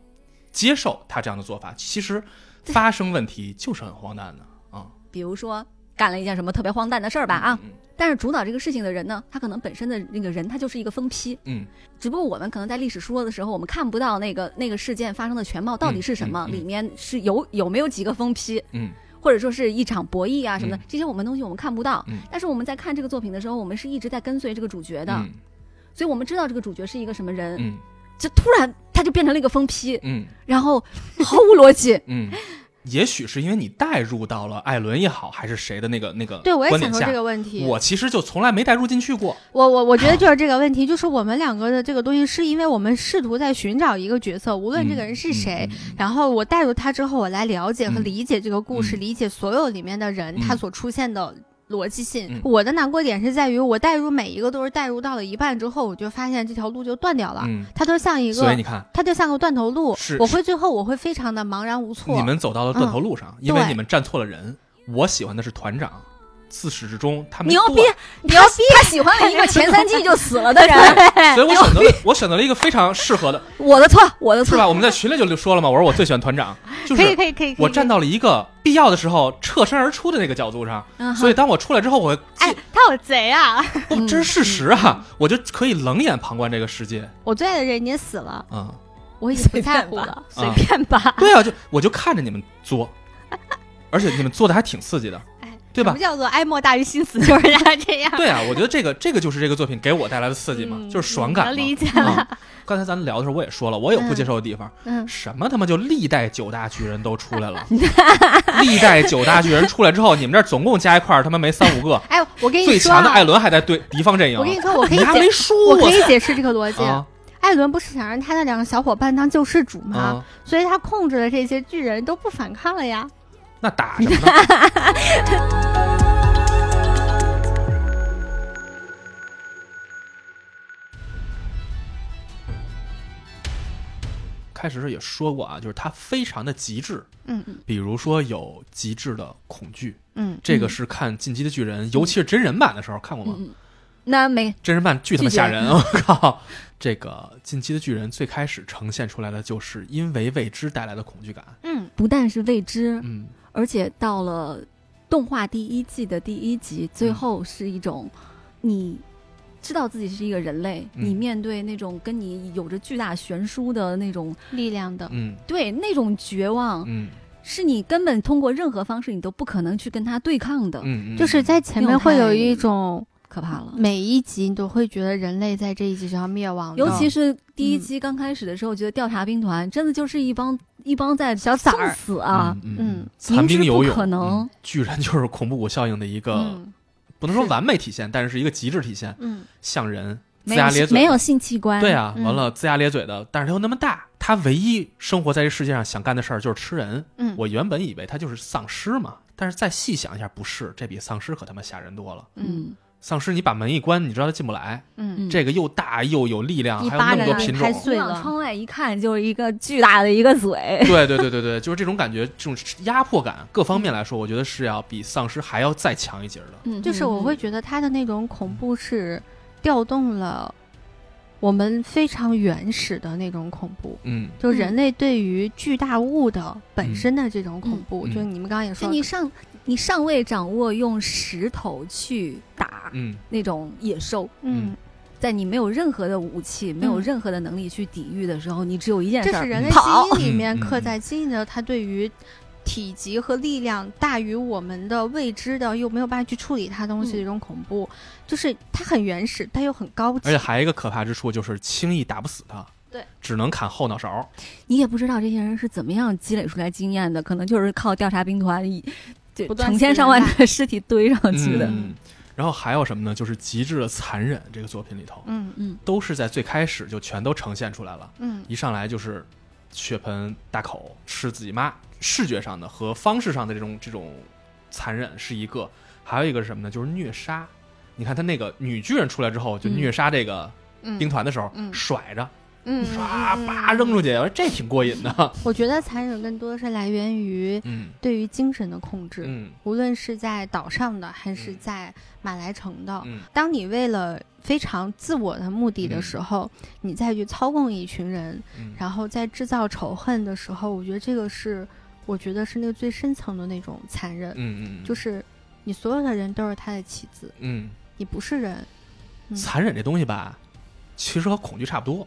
接受他这样的做法。其实发生问题就是很荒诞的啊，
比如说干了一件什么特别荒诞的事儿吧啊，
嗯
但是主导这个事情的人呢，他可能本身的那个人他就是一个疯批，
嗯，
只不过我们可能在历史说的时候，我们看不到那个那个事件发生的全貌到底是什么，
嗯嗯嗯
里面是有有没有几个疯批，
嗯
或者说是一场博弈啊什么的，
嗯
这些我们东西我们看不到。
嗯
但是我们在看这个作品的时候，我们是一直在跟随这个主角的，
嗯
所以我们知道这个主角是一个什么人，
嗯
就突然他就变成了一个疯批，
嗯。
然后毫无逻辑
(laughs) 嗯，也许是因为你带入到了艾伦也好，还是谁的那个那个
对，我也
观
想
点
说
下
这，个问题。
我其实就从来没带入进去过。
我我我觉得就是这个问题，就是我们两个的这个东西，是因为我们试图在寻找一个角色，无论这个人是谁，
嗯？嗯嗯
然后我带入他之后，我来了解和
嗯
理解这个故事，
嗯
理解所有里面的人、
嗯
他所出现的逻辑性。
嗯
我的难过点是在于，我带入每一个都是带入到了一半之后，我就发现这条路就断掉了，
嗯，
它就像一
所以
个
你。看，
它就像个断头路
是，
我会最后我会非常的茫然无措。
你们走到了断头路上，因为
嗯对
你们站错了人。我喜欢的是团长，自始至终他没
牛
断
逼，牛逼！他喜欢了一个前三季就死了的
(laughs)
人，
所以我选择了我选择了一个非常适合的，
(laughs) 我的错，我的
是
错。
吧？我们在群里就说了嘛，我说我最喜欢团长，就
可以
是
可以可以，可以
我站到了一个必要的时候撤身而出的那个角度上，
嗯哼
所以当我出来之后，我
哎，嗯他好贼啊！ (laughs)
不这是事实啊，我就可以冷眼旁观这个世界
我最爱的人已经死了，
啊。
我已经
随
不在
便
乎
吧
(laughs) 了，随便吧。 (laughs)
对啊，就我就看着你们作，而且你们做的还挺刺激的。
哎，
对吧
什么叫做哀莫大于心死？就是他这样，
(laughs) 对啊，我觉得这个这个就是这个作品给我带来的刺激嘛，
嗯
就是爽感
能
嘛。
理解了。
(laughs) 啊，刚才咱聊的时候我也说了，我有不接受的地方，
嗯，
什么他妈就历代九大巨人都出
(laughs)
来了，历代九大巨人出来之后，你们这儿总共加一块儿他妈没三五个，
哎，我跟
最
你说
强的艾
啊，伦，
伦还在对敌方阵营
我，跟你说，我可以
你还
解，
没啊输
我可
我
以解释这个逻辑。
啊
艾伦不是想让他的两个小伙伴当救世主吗？
啊！
所以他控制的这些巨人都不反抗了呀。
那打什么呢？ (laughs) 开始时候也说过啊，就是他非常的极致，
嗯
比如说有极致的恐惧，
嗯，
这个是看《进击的巨人》，尤其是真人版的时候看过吗？
嗯那没
真人版巨他妈
巨
吓
绝
人！我 (laughs) 靠，这个《进击的巨人》最开始呈现出来的就是因为未知带来的恐惧感。
嗯
不但是未知，
嗯，
而且到了动画第一季的第一集，
嗯
最后是一种你知道自己是一个人类，
嗯
你面对那种跟你有着巨大悬殊的那种，
力量的，
嗯
对那种绝望，
嗯
是你根本通过任何方式你都不可能去跟他对抗的，
嗯，嗯
就是在前面会有一种，
可怕了。
每一集你都会觉得人类在这一集上灭亡的，
尤
嗯
其是第
嗯
一期刚开始的时候，我觉得调查兵团真的就是一帮一帮在
小崽儿
送死啊，
嗯
嗯
残兵游
明知
勇，
不可能
嗯巨人 (laughs) 就是恐怖谷效应的一个，
嗯
不能说
是
完美体现，但是是一个极致体现。
嗯
像人龇
没
牙
有
咧
性
嘴，
没有性器官，
对啊，
嗯
完了龇牙咧嘴的，但是他又那么大，他唯一生活在这世界上想干的事儿就是吃人。
嗯
我原本以为他就是丧尸嘛，但是再细想一下，不是，这比丧尸可他妈吓人多了。
嗯，
丧尸你把门一关，你知道他进不来，
嗯
嗯
这个又大又有力量，
一
还有
巴掌
那么多
给
品
拍
种。
碎
往
了
窗外一看，就是一个巨大的一个嘴。
对对对对对，就是这种感觉，这种压迫感，各方面来说，我觉得是要比丧尸还要再强一截儿的。
嗯
就是我会觉得他的那种恐怖是调动了我们非常原始的那种恐怖。
嗯
就人类对于巨大物的本身的这种恐怖，
嗯嗯
就你们刚刚也
就
说，
你尚你尚未掌握用石头去打
嗯
那种野兽，
嗯，
在你没有任何的武器、没有任何的能力去抵御的时候，你只有一件
这
事
是
儿，
人类
跑
基因里面
嗯嗯
刻在基因的，他对于体积和力量大于我们的未知的，又没有办法去处理它东西的
嗯
这种恐怖，就是它很原始，但又很高级
而且。还有一个可怕之处就是轻易打不死他，
对，
只能砍后脑勺。
你也不知道这些人是怎么样积累出来经验的，可能就是靠调查兵团以就
不断
成
死
千
人
上万
啊
的尸体堆上去的。
嗯，然后还有什么呢？就是极致的残忍，这个作品里头
嗯
都是在最开始就全都呈现出来了，
嗯
一上来就是血盆大口吃自己妈，视觉上的和方式上的这种这种残忍是一个，还有一个是什么呢？就是虐杀。你看他那个女巨人出来之后，就
嗯
虐杀这个
嗯
兵团的时候，
嗯
甩着
嗯，
唰
嗯
叭扔出去，我说这挺过瘾的。
我觉得残忍更多是来源于
嗯
对于精神的控制，
嗯
无论是在岛上的还是
嗯
在马来城的，
嗯
当你为了非常自我的目的的时候，你再去操控一群人，
嗯，
然后再制造仇恨的时候，我觉得这个是，我觉得是那个最深层的那种残忍，
嗯嗯，
就是你所有的人都是他的棋子，
嗯。
你不是人。嗯
残忍这东西吧，其实和恐惧差不多，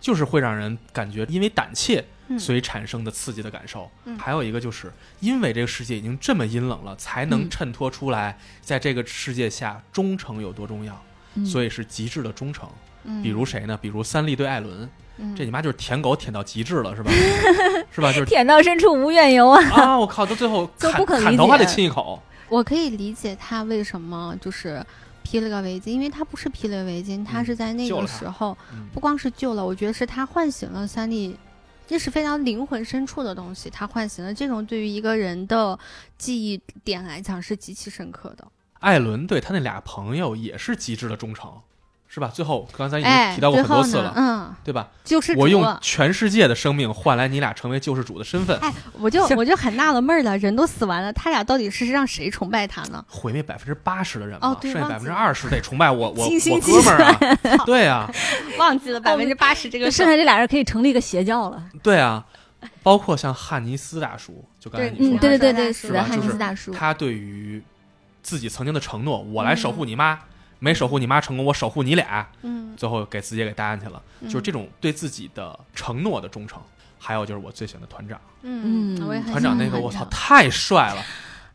就是会让人感觉因为胆怯
嗯
所以产生的刺激的感受。
嗯
还有一个就是因为这个世界已经这么阴冷了，才能
嗯
衬托出来在这个世界下忠诚有多重要，
嗯
所以是极致的忠诚。
嗯
比如谁呢？比如三笠对艾伦，
嗯
这你妈就是舔狗舔到极致了，是吧？是
(laughs)
吧？就是
嗯舔到深处无怨尤啊！
啊，我靠，到最后
就
砍
不可理
砍头还得
解
亲一口。
我可以理解他为什么就是披了个围巾，因为他不是披了围巾，他
嗯
是在那
救
个
了他
时候，
嗯
不光是救了，我觉得是他唤醒了三笠，这是非常灵魂深处的东西，他唤醒了这种对于一个人的记忆点来讲是极其深刻的。
艾伦对他那俩朋友也是极致的忠诚，是吧？最后刚才已经
哎，
提到过
最
很多
后
次
呢
了，，
嗯，
对吧？
就是
我用全世界的生命换来你俩成为救世主的身份，
哎，我就
就
我就很纳了闷儿了，人都死完了，他俩到底是让谁崇拜他呢？
毁灭百分之八十的人嘛
哦，对
剩下百
忘
分
记
之
了
二十得崇拜
(laughs)
我我
精心
我
计
哥们儿 (laughs) 啊，对啊
忘记了百分之八十这
就
个事
剩
儿。
下这俩人可以成立一个邪教了。
对啊，包括像汉尼斯大叔，就刚才
对
你
嗯
嗯，
说
对对
的，
是吧
对对，死
就
的汉尼
是
斯大叔，
他对于自己曾经的承诺，我来守护你妈，没守护你妈成功，我守护你俩，
嗯，
最后给自己也给搭进去了，就是这种对自己的承诺的忠诚。还有就是我最喜欢的团长，
嗯，
嗯
我也很
团
喜
长
欢
那个
团
我操
长，
太帅了，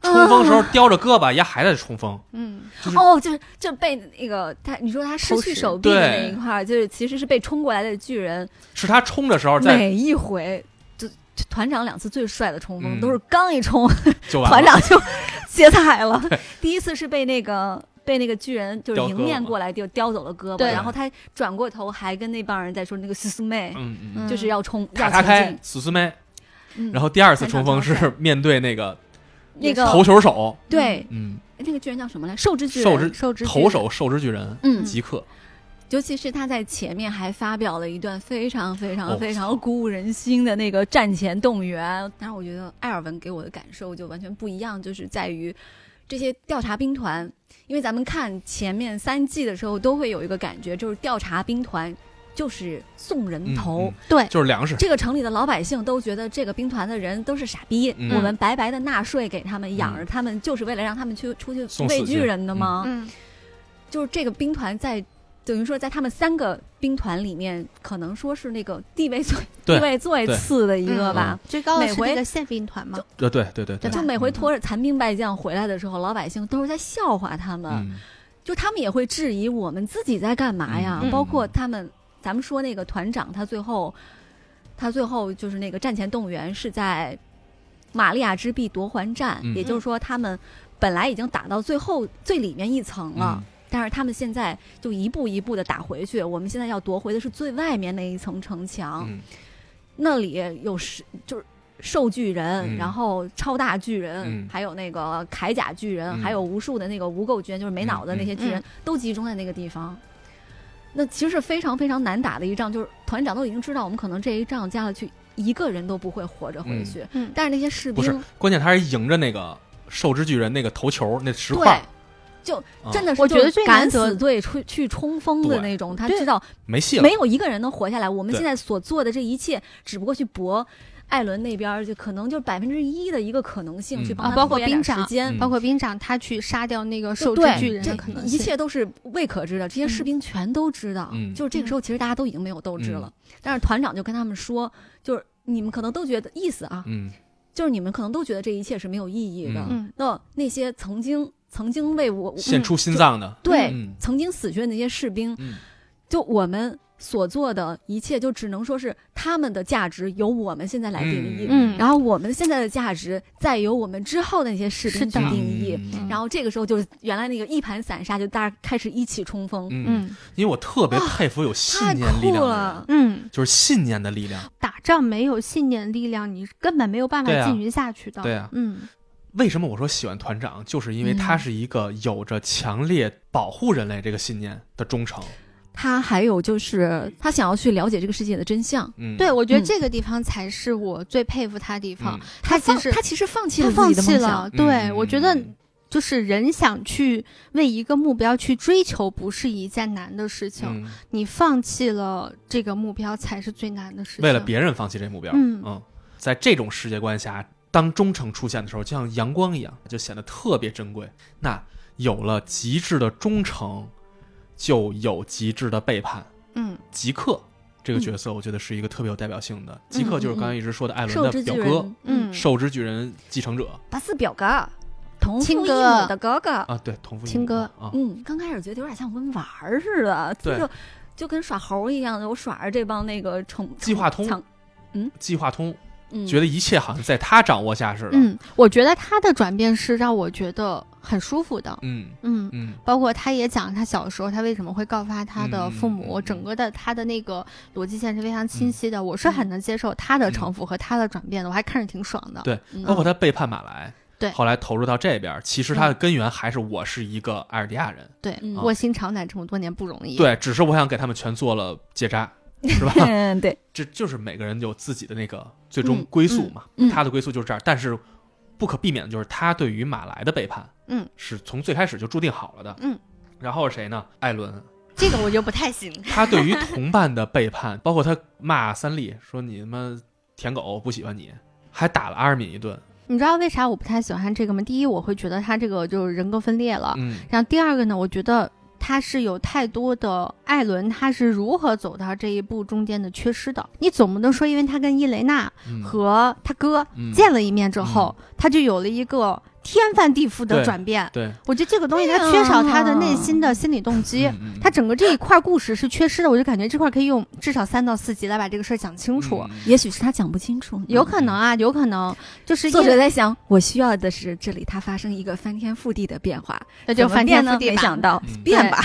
冲锋时候叼着胳膊，丫还在冲锋，
嗯，
就是
哦，就是就被那个他，你说他失
投
去
食
手臂的那
对
一块儿，就是其实是被冲过来的巨人，
是他冲的时候哦在
每一回就就团长两次最帅的冲锋、
嗯
都是刚一冲，
就完
(laughs) 团
了。(laughs)
长就歇菜了。第一次是被那个被那个巨人就是
叼
迎
胳膊
面
嘛
过来就叼走了胳膊，
对
然后他转过头还跟那帮人在说那个苏苏妹。
嗯嗯，
嗯
就是要冲，
卡
要
他
前
开
进。
死死妹，
嗯
然后第二次冲锋
团长
是面对那个
那个
投球手，
对，
嗯，
那个巨人叫什么来？兽之巨人。
兽之
受之
投手兽之巨人
嗯，
极客，
尤其是他在前面还发表了一段非常非
哦
常非常鼓舞人心的那个战前动员，但是我觉得艾尔文给我的感受就完全不一样，就是在于这些调查兵团，因为咱们看前面三季的时候都会有一个感觉，就是调查兵团就是送人
嗯
头。
嗯
对
就是粮食，
这个城里的老百姓都觉得这个兵团的人都是傻逼，
嗯
我们白白的纳税给他们养着他们，就是为了让他们去出去
送
喂
死去
巨人的吗？
嗯
就是这个兵团在等于说在他们三个兵团里面，可能说是那个地位最
对
地位最
对
次的一个
嗯
吧。
最高的
每
是那
回
个宪兵团嘛，
呃，对对对对
对吧
就每回拖着残兵败将回来的时候，老百姓都是在笑话他们，
嗯，
就他们也会质疑我们自己在干嘛呀。
嗯嗯
包括他们，咱们说那个团长，他最后，他最后就是那个战前动员是在玛利亚之壁夺还战，
嗯
也就是说他们本来已经打到最后最里面一层
嗯
了。但是他们现在就一步一步的打回去，我们现在要夺回的是最外面那一层城墙，
嗯，
那里有是就是兽巨人，
嗯
然后超大巨人，
嗯
还有那个铠甲巨人，
嗯
还有无数的那个无垢巨人，就是没脑的那些巨人，
嗯
都集中在那个地方。那其实是非常非常难打的一仗，就是团长都已经知道，我们可能这一仗加下去一个人都不会活着回去，
嗯
但是那些士
不是
兵，
关键他是迎着那个兽之巨人那个头球那石块
对
儿，。
就
啊
真的是，
我觉得最难
敢
得
死队出去冲锋的
对
那种，他
对
知道
没戏了
没，有一个人能活下来。我们
对
现在所做的这一切，只不过去搏艾伦那边儿就可能就百分之一的一个可能性，
嗯
去帮
啊
他
包括
拖延点
兵长
时间
嗯。
包括兵长他去杀掉那个受制
对
巨人的
这
可能
一
性，
切都是未可知的，这些士兵全都知道。
嗯
就是这个时候，其实大家都已经没有斗志了。但是团长就跟他们说，就是你们可能都觉得意思啊，
嗯
就是你们可能都觉得这一切是没有意义的。
嗯
嗯
那那些曾经曾经为我
献出心脏的，
对、
嗯
曾经死去的那些士兵，
嗯
就我们所做的一切，就只能说是他们的价值由我们现在来定义，
嗯，
然后我们现在的价值再由我们之后的那些士
是
兵去
的
定义。
嗯
然后这个时候就是原来那个一盘散沙，就大家开始一起冲锋，
嗯，
嗯
因为我特别佩服有信
啊太
念力量
酷
的人
了，。
嗯，
就是信念的力量。
打仗没有信念力量，你根本没有办
对
法
啊
进行下去的，
对啊
嗯
为什么我说喜欢团长，就是因为他是一个有着强烈保护人类这个信念的忠诚。
他还有就是他想要去了解这个世界的真相，
嗯，
对，我觉得
嗯
这个地方才是我最佩服他的地方
嗯，，
他其
放
实
他其实放弃
他
了
放
自己的
弃
梦
了
想，，
对
嗯
我觉得就是人想去为一个目标去追求，不是一件难的事情。
嗯
你放弃了这个目标，才是最难的事情。
为了别人放弃这目标。
嗯
在这种世界观下，当忠诚出现的时候，就像阳光一样，就显得特别珍贵。那有了极致的忠诚，就有极致的背叛。
嗯
极客这个角色，我觉得是一个特别有代表性的。极客就是刚才一直说的艾伦
嗯受
的
之巨
表哥，
人，
嗯，
受之巨人继承者
他是表哥，同父异
亲
母
哥
的哥哥，
啊，对，同父异母
亲哥
啊，
嗯，刚开始觉得有点像我们玩儿似的，
对
就就跟耍猴一样的，我耍着这帮那个成
计划通
成
计划通，
嗯，
觉得一切好像在他掌握下似的。
嗯，我觉得他的转变是让我觉得很舒服的。
嗯
嗯，
嗯
包括他也讲他小时候他为什么会告发他的父
嗯嗯
母，
嗯嗯嗯
整个的他的那个逻辑线是非常清晰的。我是很能接受他的城府和他的转变的，我还看着挺爽的。
对
嗯
包括他背叛马来，
对
后来投入到这边，其实他的根源还是我是一个艾尔迪亚人，
对，
嗯？
卧薪尝胆这么多年不容易。
对，只是我想给他们全做了
(laughs)
结扎，是吧 (laughs)
嗯， (laughs) 对，
这就是每个人有自己的那个最终归宿嘛，
嗯嗯嗯
他的归宿就是这儿，但是不可避免的就是他对于马来的背叛，
嗯，
是从最开始就注定好了的，
嗯。
然后是谁呢？艾伦，
这个我就不太行。
他对于同伴的背叛，包括他骂三笠说你他妈舔狗，不喜欢你，还打了阿尔敏一顿。
啊
你知道为啥我不太喜欢这个吗？第一，我会觉得他这个就是人格分裂了；
嗯，
然后第二个呢，我觉得。它是有太多的艾伦他是如何走到这一步中间的缺失的。你总不能说，因为他跟伊雷娜
嗯
和他哥
嗯
见了一面之后，他就有了一个天翻地覆的
对
转变。
对，
我觉得这个东西它
对啊
缺少他的内心的心理动机。
嗯嗯
他整个这一块故事是缺失的，我就感觉这块可以用至少三到四集来把这个事儿讲清楚。
嗯嗯
也许是他讲不清楚呢，
有可能啊，有可能就是
作
因
者
为
在想，我需要的是这里它发生一个翻天覆地的变化，
那就
怎么
翻
变
天
呢
覆地
没
吧
想到
嗯
变吧，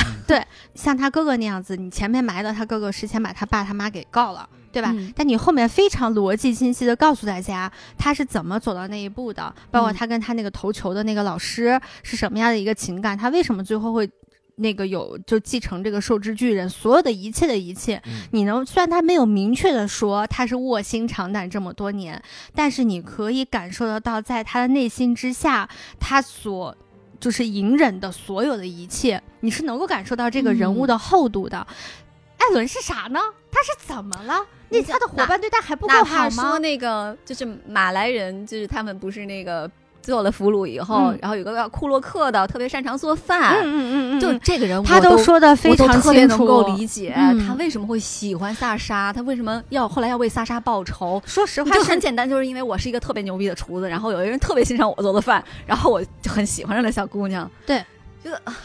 像他哥哥那样子，你前面埋了他哥哥是先把他爸他妈给告了，对
对
吧？
吧？
但你后面非常逻辑清晰的告诉大家他是怎么走到那一步的，包括
嗯
他跟他那个投球的那个老师是什么样的一个情感，他为什么最后会那个有就继承这个受之巨人，所有的一切的一切，
嗯
你能虽然他没有明确的说他是卧薪尝胆这么多年，但是你可以感受得到，在他的内心之下，他所就是隐忍的所有的一切，你是能够感受到这个人物的厚度的。艾伦是啥呢？他是怎么了？那
你就
他的伙
哪
伴对他还不够
哪
好
怕
吗
说？那个就是马来人，就是他们不是那个做了俘虏以后，
嗯
然后有个叫库洛克的，特别擅长做饭，
嗯嗯嗯嗯，
就这个人
他
我都
都说的非
我
常
都特别
清
能
楚。
够理解、
嗯
他为什么会喜欢萨沙，他为什么要后来要为萨沙报仇。
说实话
就是很简单，就是因为我是一个特别牛逼的厨子，然后有一个人特别欣赏我做的饭，然后我就很喜欢上了小姑娘。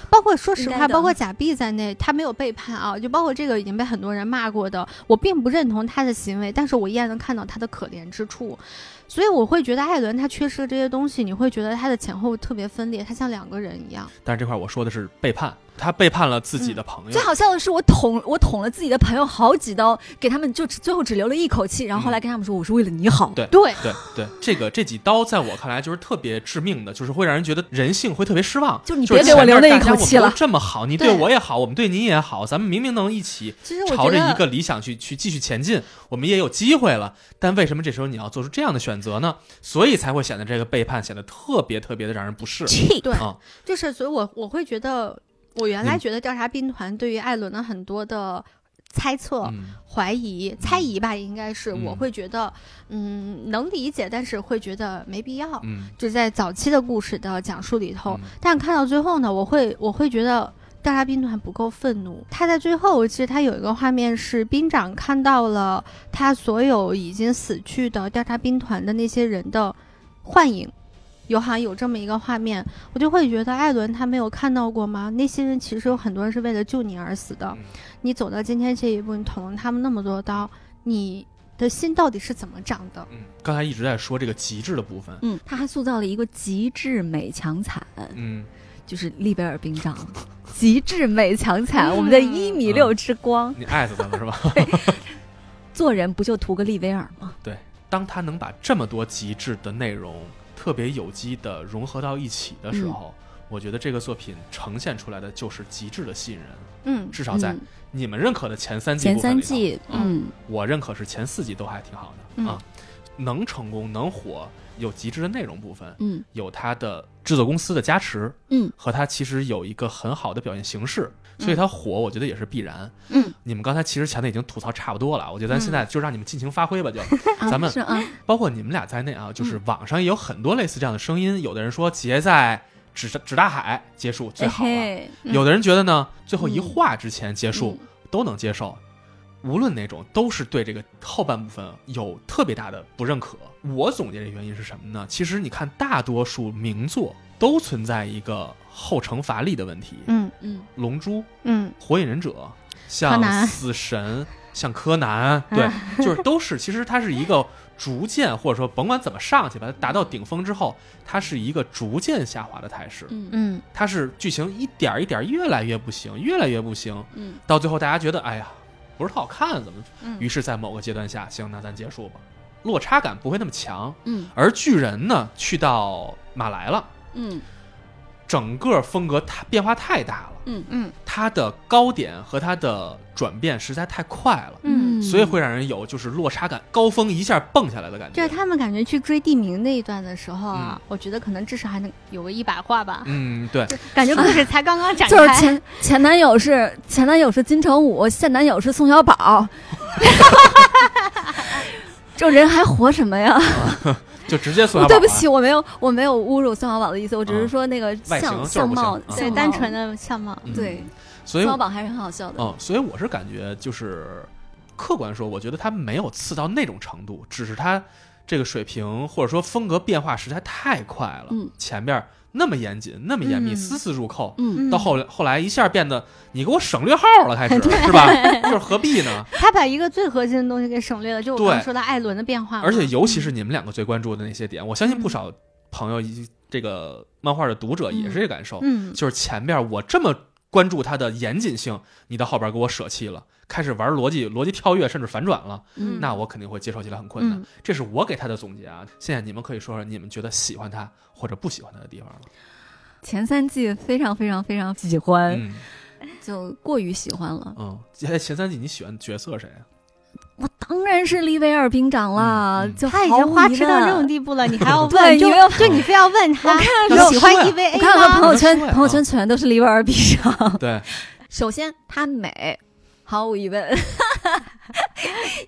包括说实
应
话，
该的
包括贾碧在内，他没有背叛啊，就包括这个已经被很多人骂过的，我并不认同他的行为，但是我依然能看到他的可怜之处，所以我会觉得艾伦他缺失的这些东西，你会觉得他的前后特别分裂，他像两个人一样。
但是这块我说的是背叛，他背叛了自己的朋友
嗯最。好笑的是，我捅我捅了自己的朋友好几刀，给他们就只最后只留了一口气，然后后来跟他们说我是为了你好。
对
对，
对对，这个这几刀在我看来就是特别致命的，就是会让人觉得人性会特别失望。
就是你
就是
别给
前
我
面
留那
大
一
家
口
我们
气
都
了
这么好，你对
对
我也好，我们对您也好，咱们明明能一起
其实我
朝
觉
着
得
一个理想去去继续前进，我们也有机会了。但为什么这时候你要做出这样的选择呢？所以才会显得这个背叛显得特别特别的让人不适。
气
对
啊
就是，所以我我会觉得，我原来
嗯
觉得调查兵团对于艾伦的很多的猜测，
嗯，
怀疑、猜疑吧，应该是、
嗯
我会觉得，嗯，能理解，但是会觉得没必要。
嗯，
就在早期的故事的讲述里头，
嗯
但看到最后呢，我会我会觉得。调查兵团不够愤怒，他在最后，我记得他有一个画面是兵长看到了他所有已经死去的调查兵团的那些人的幻影，有好像有这么一个画面，我就会觉得艾伦他没有看到过吗？那些人其实有很多人是为了救你而死的，你走到今天这一步，你捅了他们那么多刀，你的心到底是怎么长的？
嗯刚才一直在说这个极致的部分，
嗯，他还塑造了一个极致美强惨，
嗯，
就是利贝尔兵长，极致美强惨，我们
嗯
的一米六之光，
你艾特他了是吧？ (laughs)
做人不就图个利威尔吗？
当他能把这么多极致的内容特别有机的融合到一起的
嗯
时候，我觉得这个作品呈现出来的就是极致的吸引人，
嗯，
至少在
嗯
你们认可的前三季
前
部分
三
里头
季，嗯，
我认可是前四季都还挺好的、
嗯
啊，能成功能火，有极致的内容部分，
嗯，
有它的制作公司的加持，
嗯，
和它其实有一个很好的表现形式，所以它火，我觉得也是必然。
嗯，
你们刚才其实前面已经吐槽差不多了，我觉得咱现在就让你们尽情发挥吧，就、
嗯 (laughs) 啊
咱们
是嗯啊，
包括你们俩在内啊，就是网上也有很多类似这样的声音，有的人说结在指指大海结束最好了，
哎嘿
嗯
有的人觉得呢，最后一画之前结束、
嗯
都能接受，无论哪种都是对这个后半部分有特别大的不认可。我总结这原因是什么呢？其实你看，大多数名作都存在一个后惩罚力的问题，
嗯
嗯，
龙珠》《
嗯
火影忍者》
柯
像
南嗯
死神。像柯南，对，就是都是，其实它是一个逐渐，或者说甭管怎么上去吧，它达到顶峰之后，它是一个逐渐下滑的态势。
嗯嗯
嗯
它是剧情一点儿一点儿越来越不行，越来越不行，
嗯，
到最后大家觉得哎呀不是特好看，怎么？
嗯
于是，在某个阶段下，行，那咱结束吧，落差感不会那么强。
嗯
而巨人呢，去到马来了，
嗯
整个风格太变化太大了，
嗯
它的高点和它的转变实在太快了。
嗯，
嗯，
所以会让人有就是落差感，高峰一下蹦下来的感
就是
觉。
他们感觉去追地名那一段的时候啊，我觉得可能至少还能有个一百话吧，
嗯，对，
感觉故事才刚刚展
就是
开。
前前男友是前男友是金城武，现男友是宋小宝， (laughs) 这人还活什么呀？
就直接送
我
他宝
哦对
啊
不
了
起，我没有我没有侮辱宋小宝的意思，我只是
嗯
说那个
外形
相
就是
相
不行
貌
嗯，
对，
相
单
貌
纯的相貌，
嗯
对
所以
松，绑还是很好笑的。
嗯，所以我是感觉就是客观说，我觉得他没有次到那种程度，只是他这个水平或者说风格变化实在太快了。
嗯
前面那么严谨，那么严密，
嗯
丝丝入扣，
嗯，
嗯
到后来后来一下变得你给我省略号
(laughs)
了，开始是吧？就是何必呢？
他把一个最核心的东西给省略了，就我刚刚
对
说到艾伦的变化嘛，
而且尤其是你们两个最关注的那些点，我相信不少朋友以及这个漫画的读者也是这感受，
嗯，
就是前面我这么关注它的严谨性，你到后边给我舍弃了，开始玩逻辑、逻辑跳跃甚至反转了，
嗯
那我肯定会接受起来很困难。
嗯
这是我给他的总结啊。现在你们可以说说你们觉得喜欢他或者不喜欢他的地方了。
前三季非常非常非常喜欢，
嗯
就过于喜欢了。
嗯，哎，前三季你喜欢角色谁啊？
我当然是利维尔兵长啦，
嗯嗯
就
他已
毫
经
无
花
疑
痴到
问
这种地步嗯了，你还要
(laughs) 对
问？就
你哎又
嗯
就你非要问他
我看
的时候
喜欢
我
EVA
我看到他朋
吗？
友圈
说呀，
朋友圈全都是利维尔兵长。
对，
(laughs) 首先，她 (laughs) 美，毫无疑问，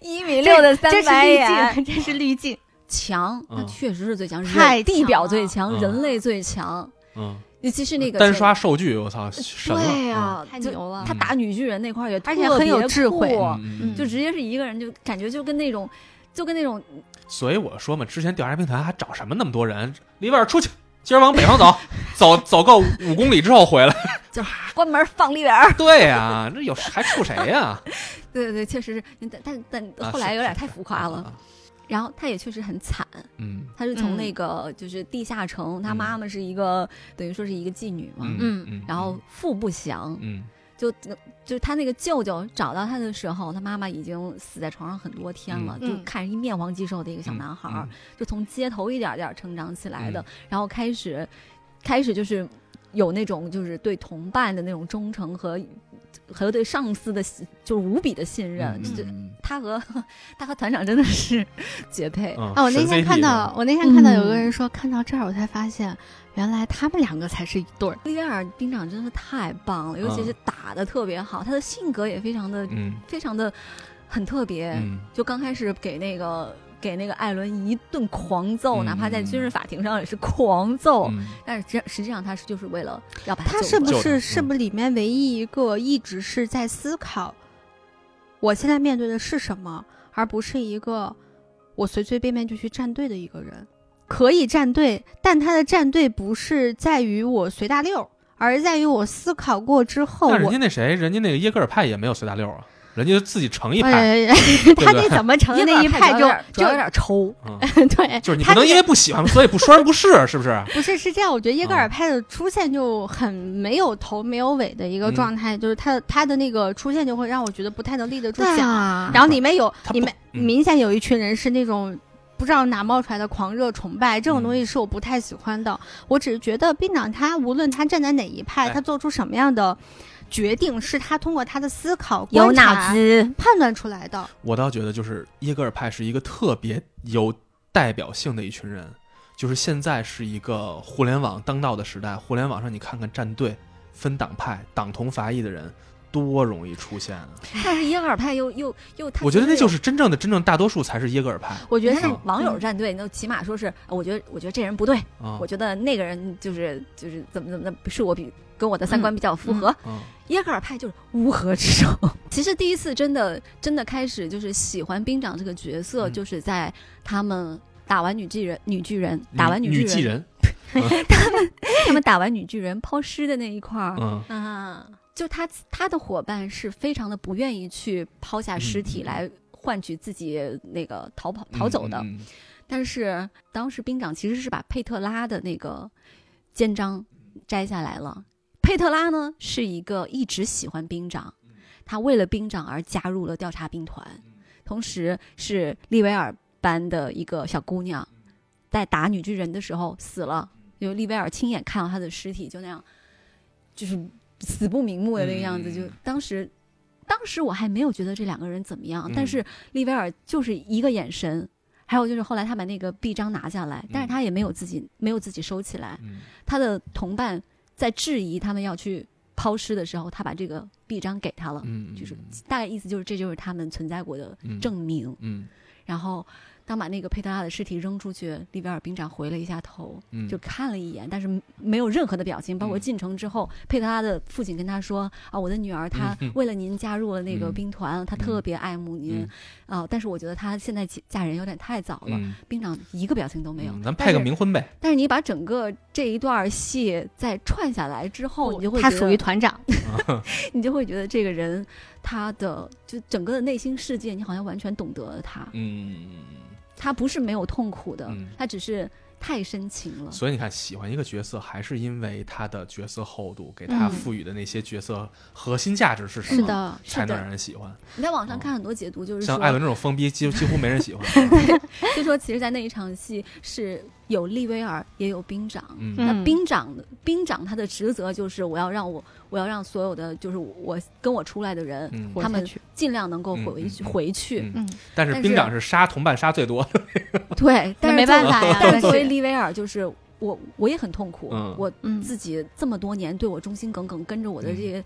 一
这
米六的三
这是
白
滤
眼，
镜， (laughs) 这是滤镜。
强，
嗯
那确实是最强，
太
人地
强
表
了
最强，
嗯
人类最强，
嗯，
尤其是那个
单
谁呃嗯
刷数据，我操，神了！嗯
对啊呀，
太
就
牛了
他打女巨人那块儿也
而且
特
很有
别
智慧
酷
嗯，嗯嗯
就直接是一个人，就感觉就跟那种，就跟那种
所以我说嘛，之前调查兵团还找什么那么多人？里边出去，今儿往北方
(laughs)
走，走走够五公里之后回来。
关门放里边儿。
对呀、那有还处谁啊呀、
对对对，确实是，但但
啊
但后来有点太浮夸了。。
是啊
然后他也确实很惨，
嗯
他是从
嗯
那个就是地下城，他
嗯
妈妈是一个等于说是一个妓女嘛，
嗯
嗯
嗯，
然后父不详，
嗯
就就是他那个舅舅找到他的时候，他妈妈已经死在床上很多天了，
嗯
就看着一面黄肌瘦的一个小男孩儿，
嗯
就从街头一点点儿成长起来的，然后开始开始就是有那种就是对同伴的那种忠诚和和对上司的信就是无比的信任，
嗯
就
嗯
他和 (laughs) 他和团长真的是 (laughs) 绝配。
嗯
啊，我那
神
天
CP
看
是
到
吧，
我那天看到有个人说，看到这儿我才发现，原来他们两个才是一对儿。
利维尔兵长真的是太棒了，尤其是打的特别好，他的性格也非常的、
嗯
非常的很特别。
嗯
就刚开始给那个给那个艾伦一顿狂揍，
嗯
哪怕在军事法庭上也是狂揍，
嗯
但是实实际上他是就是为了要把
他
救
是
回
不
来
救的
是是不是里面唯一一个一直是在思考，我现在面对的是什么，而不是一个我随随便便就去站队的一个人。可以站队，但他的站队不是在于我随大溜儿，而是在于我思考过之
哦
后，
但人
我
家那谁，人家那个耶格尔派也没有随大溜啊，人家就自己成一派，
哎，
对
他
不
那
对？
怎么成的那一
一
派
派
就
主要有点抽，
嗯，
就 (laughs) 对，
就是你
他
不能
这
因
个
为不喜欢，所以不说人不是，是不是？
不是，是这样，我觉得耶格
嗯
尔派的出现就很没有头没有尾的一个
嗯
状态，就是他他的那个出现就会让我觉得不太能立得住脚。
啊
然后里面有
他
里
不
面
嗯
明显有一群人是那种不知道哪冒出来的狂热崇拜，
嗯
这种东西是我不太喜欢的。我只是觉得兵长他无论他站在哪一派，
哎
他做出什么样的决定，是他通过他的思考、
有
观察
脑子，
判断出来的。
我倒觉得就是耶格尔派是一个特别有代表性的一群人，就是现在是一个互联网当道的时代，互联网上你看看战队、分党派、党同伐异的人多容易出现啊！
但是耶格尔派又又又，他
我觉得那就是是真正的真正大多数才是耶格尔派
我觉
有。你
得
看
是
那网友战队，那起码说是，呃我觉得我觉得这人不对，
啊
我！觉得那个人就是就是怎么怎么的，不是我比跟我的三观比较符合，
嗯
耶格尔派就是乌合之众。 (laughs) 其实第一次真的真的开始就是喜欢兵长这个角色，
嗯
就是在他们打完女巨人，女巨人
女
打完
女
巨
巨
人，
人，
他们打完女巨人抛尸的那一块儿。
嗯
啊，
就他他的伙伴是非常的不愿意去抛下尸
嗯
体
嗯嗯
来换取自己那个逃跑逃走的，
嗯嗯嗯
但是当时兵长其实是把佩特拉的那个肩章摘下来了。佩特拉呢是一个一直喜欢兵长，
嗯
他为了兵长而加入了调查兵团，同时是利维尔班的一个小姑娘，
嗯
在打女巨人的时候死了，就利维尔亲眼看到她的尸体，就那样，就是死不瞑目的那个样子。
嗯
就当时，当时我还没有觉得这两个人怎么样，
嗯
但是利维尔就是一个眼神。还有就是后来他把那个臂章拿下来，但是他也没有自己没有自己收起来。
嗯
他的同伴在质疑他们要去抛尸的时候，他把这个臂章给他了，
嗯，
就是大概意思就是这就是他们存在过的
嗯
证明。
嗯
然后当把那个佩特拉的尸体扔出去，利维尔兵长回了一下头，
嗯，
就看了一眼，但是没有任何的表情。包括
嗯
进城之后，佩特拉的父亲跟他说：“啊，我的女儿她
嗯
为了您加入了那个
嗯
兵团，她特别爱慕您
嗯
啊、但是我觉得她现在嫁嫁人有点太早了。
嗯
兵长一个表情都没有。
嗯咱配个冥婚呗，
但是你把整个这一段戏再串下来之后，你就会
他
觉得
属于团长，
你就会觉得这个人他的就整个的内心世界，你好像完全懂得了他。
嗯，
他不是没有痛苦的，
嗯
他只是太深情了。
所以你看，喜欢一个角色还是因为他的角色厚度，给他
嗯
赋予的那些角色核心价值是什
是
么，
的，
才
是的
能让人喜欢。
你在网上看很多解读，就是
像艾
说，
伦这种疯逼，几几乎没人喜欢。
(laughs) 就说其实，在那一场戏是有利威尔，也有兵长。
嗯
嗯
那兵长的兵长他的职责就是我要让我我要让所有的就是我跟我出来的人，
嗯
活
他
下
们
去
尽量能够
嗯
回
嗯
去、
嗯
回去。
嗯
嗯，
但是
但
兵
是
长是杀同伴杀最多的。 (laughs)
对，但
那没
是作
办法呀，
但是作为
是
利威尔，就是我我也很痛苦，
嗯
我
嗯
自己这么多年对我忠心耿耿，跟着我的这些、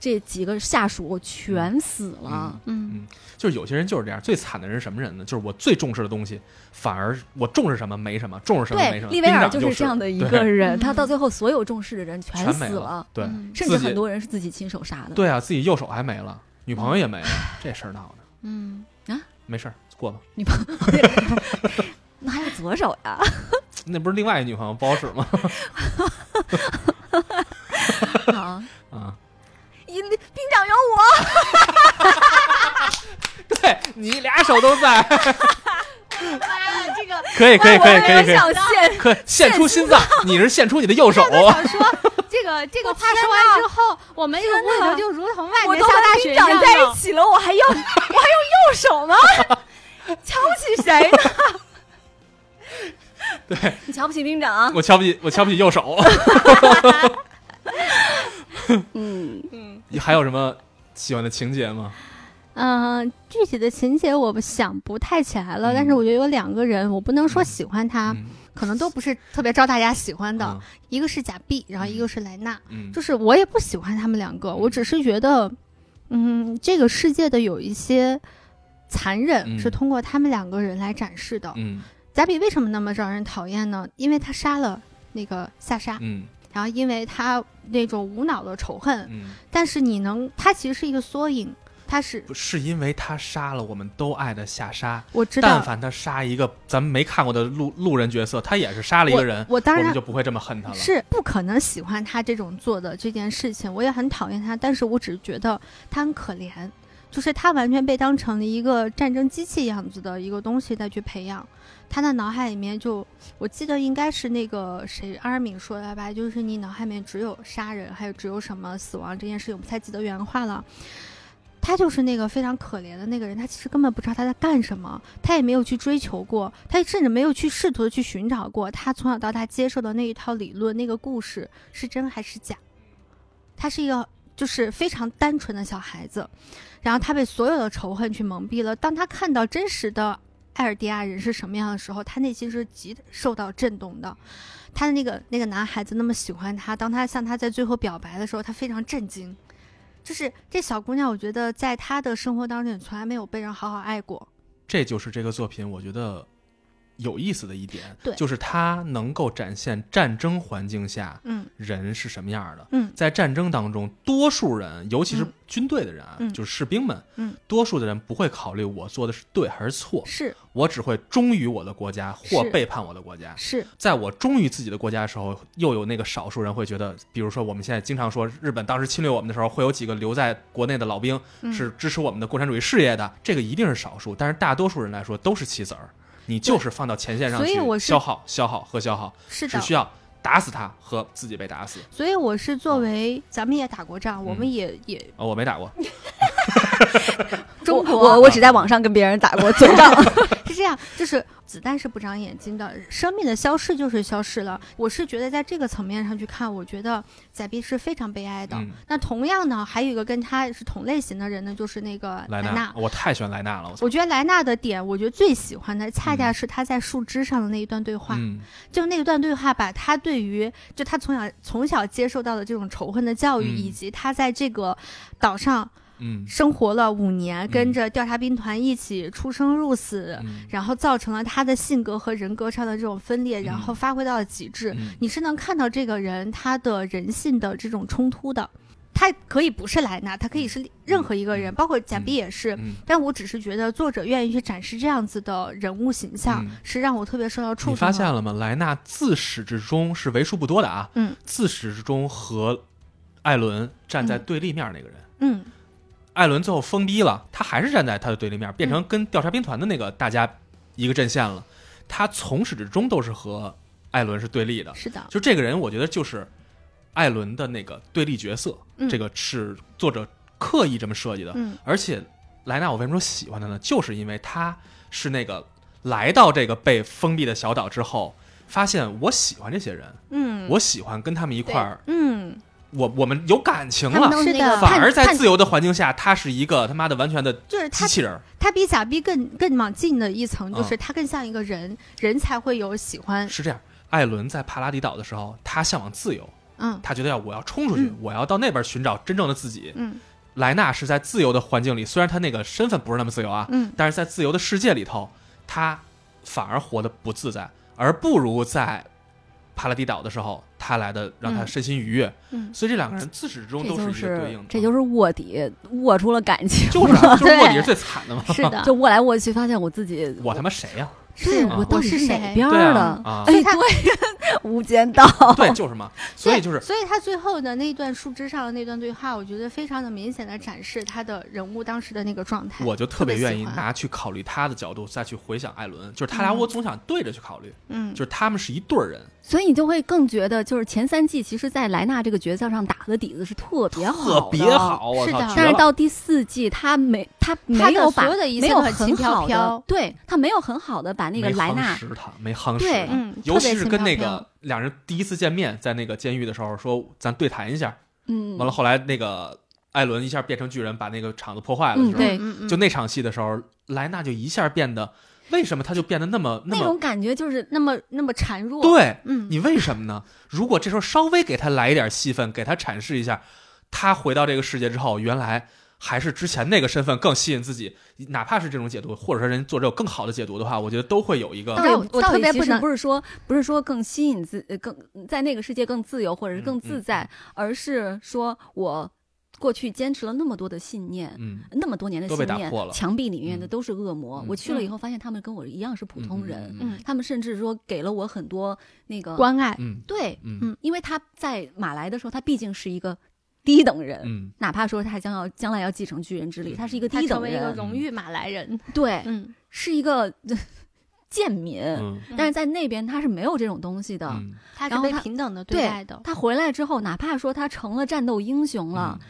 这几个下属，我全死了。
嗯
就是有些人就是这样，最惨的人是什么人呢？就是我最重视的东西，反而我重视什么没什么，重视什么没
对
什，么。
利维
兵
尔
长
就是这样的一
对
个
嗯
人，他到最后所有重视的人
全
死
没
了，
对
嗯
甚
自
至
己
很多人是自己亲手杀的。
对啊，自己右手还没了，女朋友也没了，这事儿闹的，
嗯，
没事儿过吧。
女朋友，对那还有左手呀？
那不是另外一女朋友不好使 (laughs) 吗？
啊，
(laughs) 啊，
你兵长有我，
对你俩手都在，
(laughs) 这个
(laughs) 可以哎可以可以
我
可以
没
可
有
以，
想现，
可以献出心脏，你是献出你的右手。
想说，这个这个话说完之后，我们这个屋头就如同万
我
年
都
下大
和
雪
兵
一
长
样
在一
了。
起了，我还要我还用右手吗？ (laughs) 瞧不起谁呢？ (laughs) 对你瞧不起兵长啊？
我瞧不起，我瞧不起右 (laughs) 手。
嗯，
你还有什么喜欢的情节吗？
嗯，具体的情节我想不太起来了，
嗯
但是我觉得有两个人，我不能说喜欢他，
嗯，
可能都不是特别招大家喜欢的
嗯。
一个是贾碧，然后一
嗯
个是莱纳，
嗯，
就是我也不喜欢他们两个，我只是觉得，嗯，这个世界的有一些残忍
嗯
是通过他们两个人来展示的。
嗯
贾比为什么那么让人讨厌呢？因为他杀了那个夏莎，
嗯
然后因为他那种无脑的仇恨，
嗯，
但是你能，他其实是一个缩影，他是
不是因为他杀了我们都爱的夏莎，
我知
但
道，
凡他杀一个咱们没看过的路路人角色，他也是杀了一个人，
我当
我们
然
就不会这么恨他了。
是不可能喜欢他这种做的这件事情，我也很讨厌他，但是我只是觉得他很可怜，就是他完全被当成了一个战争机器样子的一个东西再去培养。他的脑海里面就，我记得应该是那个谁阿尔敏说的吧，就是你脑海里面只有杀人，还有只有什么死亡这件事情，我不太记得原话了。他就是那个非常可怜的那个人，他其实根本不知道他在干什么，他也没有去追求过，他甚至没有去试图的去寻找过，他从小到大接受的那一套理论、那个故事是真还是假。他是一个就是非常单纯的小孩子，然后他被所有的仇恨去蒙蔽了。当他看到真实的艾尔迪亚人是什么样的时候，他内心是极受到震动的。他的那个那个男孩子那么喜欢他，当他向他在最后表白的时候，他非常震惊。就是这小姑娘，我觉得在她的生活当中也从来没有被人好好爱过。
这就是这个作品我觉得有意思的一点，
对
就是它能够展现战争环境下
嗯
人是什么样的。
嗯
在战争当中，多数人，尤其是
嗯
军队的人啊，
嗯
就是士兵们，
嗯
多数的人不会考虑我做的是对还是错，
是
我只会忠于我的国家或
是
背叛我的国家。
是，
在我忠于自己的国家的时候，又有那个少数人会觉得，比如说我们现在经常说日本当时侵略我们的时候，会有几个留在国内的老兵
嗯
是支持我们的共产主义事业的，这个一定是少数，但是大多数人来说都是棋子儿，你就是放到前线上
所以
去
我是
消耗、消耗和消耗，
是
只
的，
需要打死他和自己被打死。
所以我是作为咱们也打过仗，我
嗯
们也也
哦，我没打过，
中国
我我只在网上跟别人打过嘴仗。
是这样，就是子弹是不长眼睛的，生命的消逝就是消逝了。我是觉得在这个层面上去看，我觉得贾碧是非常悲哀的。
嗯
那同样呢，还有一个跟他是同类型的人呢，就是那个
莱
莱
纳，我太喜欢莱纳了，我操，
我觉得莱纳的点，我觉得最喜欢的恰恰是他在树枝上的那一段对话，
嗯
就那一段对话，把他对于就他从小从小接受到的这种仇恨的教育，
嗯
以及他在这个岛上
嗯
生活了五年，
嗯
跟着调查兵团一起出生入死，
嗯
然后造成了他的性格和人格上的这种分裂，然后发挥到了极致。
嗯
你是能看到这个人他的人性的这种冲突的。他可以不是莱纳，他可以是任何一个人，包括贾碧也是。
嗯，
但我只是觉得作者愿意去展示这样子的人物形象，
嗯
是让我特别受到触动
你
的。
发现了吗？莱纳自始至终是为数不多的啊，
嗯，
自始至终和艾伦站在对立面那个人。
嗯，
艾伦最后疯逼了，他还是站在他的对立面，变成跟调查兵团的那个大家一个阵线了。他从始至终都是和艾伦是对立的。
是的，
就这个人，我觉得就是艾伦的那个对立角色，
嗯
这个是作者刻意这么设计的。
嗯
而且莱纳，我为什么说喜欢他呢？就是因为他是那个来到这个被封闭的小岛之后，发现我喜欢这些人，
嗯，
我喜欢跟他们一块儿，
嗯
我我们有感情
(laughs) 他们
了。
都是
是的
那个
反而在
叛
自由的环境下，他是一个他妈的完全的
就是他
机器人儿。
他比贾碧更更往近的一层，就是他更像一个人，人才会有喜欢。
嗯是这样，艾伦在帕拉迪岛的时候，他向往自由，
嗯
他觉得要我要冲出去，
嗯
我要到那边寻找真正的自己。
嗯
莱纳是在自由的环境里，虽然他那个身份不是那么自由啊，
嗯
但是在自由的世界里头，他反而活得不自在，而不如在帕拉迪岛的时候，他来的让他
嗯
身心愉悦。
嗯，
所以这两个人自始至终
这
都
就
一个对应
是
的，
这就是卧底卧出了感情，
就是啊就是
对
卧底是最惨的嘛，
是的，
就卧来卧去，发现我自己
我他妈谁呀、
对
是
啊
我到
我
底
是
哪
谁
边
对
儿
啊
的？ (laughs)
啊
所，
哎，
以他
对， (laughs) 无间道，
对，就是嘛，所以就是
所以他最后的那段树枝上的那段对话，我觉得非常的明显的展示他的人物当时的那个状态。
我就特别愿
特别
意
喜欢
拿去考虑他的角度，再去回想艾伦，就是他俩，
嗯
我总想对着去考虑，
嗯
就是他们是一对儿人，
所以你就会更觉得，就是前三季其实，在莱纳这个角色上打的底子是特别好，
特别。好，我
是
操
的，
绝
但是
了
到第四季，他没他
他
没
的
有
所
把
有的一
没
切
有
都很
很
轻飘
好的
飘，
对他没有很好的把那个
没
莱
夯
纳
实他，没夯实
对
他，
嗯，
尤
特别
其是
轻
跟
飘
那
飘
个。两人第一次见面，在那个监狱的时候说咱对谈一下，
嗯，
完了后来那个艾伦一下变成巨人，把那个场子破坏了的
嗯
时候，
对
嗯嗯
就那场戏的时候，莱纳就一下变得为什么他就变得那么那
那
么
种感觉就是
那么那么孱弱。，
对啊
嗯，
你为什么呢？如果这时候稍微给他来一点戏份，给他阐释一下，他回到这个世界之后，原来。还是之前那个身份更吸引自己，哪怕是这种解读，或者说人作者有更好的解读的话，我觉得都会有一个
但
到
我
底
我
到
特
底
别
其
不
实
能
不是说不是说更吸引自呃更在那个世界更自由或者是
嗯
更自在，而是说我过去坚持了那么多的信念。
嗯
那么多年的
都被
信
打
念
破了，
墙壁里面的
嗯
都是恶魔。
嗯
我去了以后，发现他们跟我一样是普通人，
嗯
他们甚至说给了我很多那个
关爱。
嗯
对，
嗯
嗯
嗯
因为他在马来的时候，他毕竟是一个低等人，
嗯
哪怕说他将要将来要继承巨人之力，
嗯
他是一个
他
低
成
等
为一个
人，
荣誉马来人，
对，
嗯，
是一个贱民。
嗯
但是在那边他是没有这种东西的。
嗯
他
然
是
后
被
他
平等的
对
待的。
他回来之后，哪怕说他成了战斗英雄了，
嗯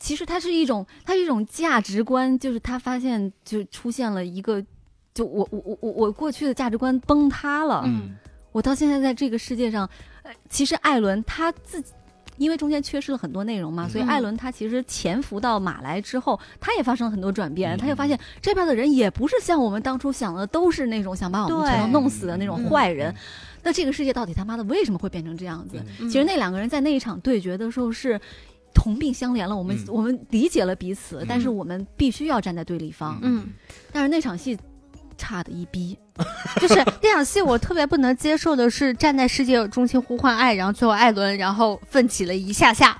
其实他是一种，他是一种价值观，就是他发现就出现了一个，就我我我我我过去的价值观崩塌了，
嗯
我到现在在这个世界上，呃，其实艾伦他自己。因为中间缺失了很多内容嘛，
嗯
所以艾伦他其实潜伏到马来之后，他也发生了很多转
嗯
变，他就发现这边的人也不是像我们当初想的都是那种想把我们
对
全都弄死的那种
嗯
坏人。那这个世界到底他妈的为什么会变成这样子？
嗯
其实那两个人在那一场对决的时候是同病相怜了，我们、
嗯
我们理解了彼此，
嗯
但是我们必须要站在对立方。
嗯
但是那场戏差的一逼，
就是那场戏，我特别不能接受的是站在世界中心呼唤爱，然后最后艾伦然后奋起了一下下，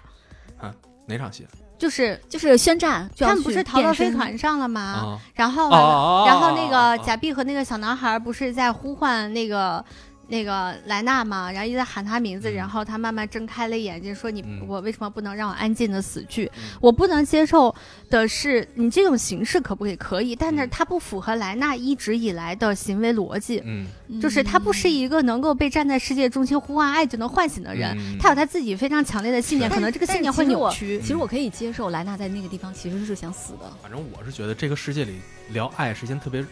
哪场戏
就是
就是宣战，就要
他们不
去
是逃到
变身
飞船上了吗？
啊？
然后
哦
完了
哦
然后那个
哦
贾碧和那个小男孩不是在呼唤那个那个莱纳嘛，然后一直在喊他名字，
嗯
然后他慢慢睁开了眼睛，说你：“
嗯
我为什么不能让我安静的死去？
嗯
我不能接受的是你这种形式可不可以？可以，
嗯
但是它不符合莱纳一直以来的行为逻辑，
嗯
就是他不是
嗯
一个能够被站在世界中心呼唤爱就能唤醒的人。
嗯
他有他自己非常强烈的信念，
是
可能这个信念会
但是其实
扭
我
曲
其。实我可以接受莱纳在那个地方其实是想死的，
反正我是觉得这个世界里聊爱是一件特别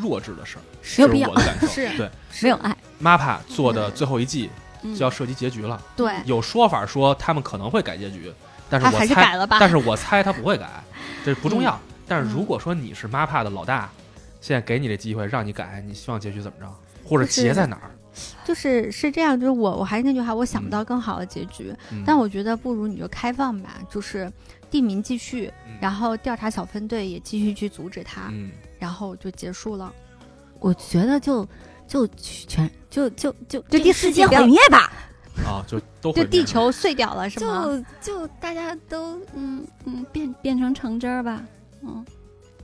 弱智的事儿，这
没有必
是
要
我，的感受。
是
对
没有爱。
，MAPPA 做的最后一季
嗯
就要涉及结局了，
对，
有说法说他们可能会改结局，嗯但是
他还
我
是
猜，
改了吧。
但是我猜他不会
(laughs)
改，这不重要。
嗯
但是如果说你是 MAPPA 的老大，现在给你这机会让你改，你希望结局怎么着，或者
就是
结在哪儿？
就是是这样，就是我我还是那句话，我想不到更好的结局，
嗯
但我觉得不如你就开放吧，就是地民继续，
嗯
然后调查小分队也继续去阻止他，
嗯，
然后就结束了。
我觉得就就全就就就
就
这
第
个
四
世
季
界
不要
毁灭吧，
啊，就
就
都毁
地
灭
球碎掉了是吗？
就就大家都嗯嗯变变成橙汁儿吧，嗯，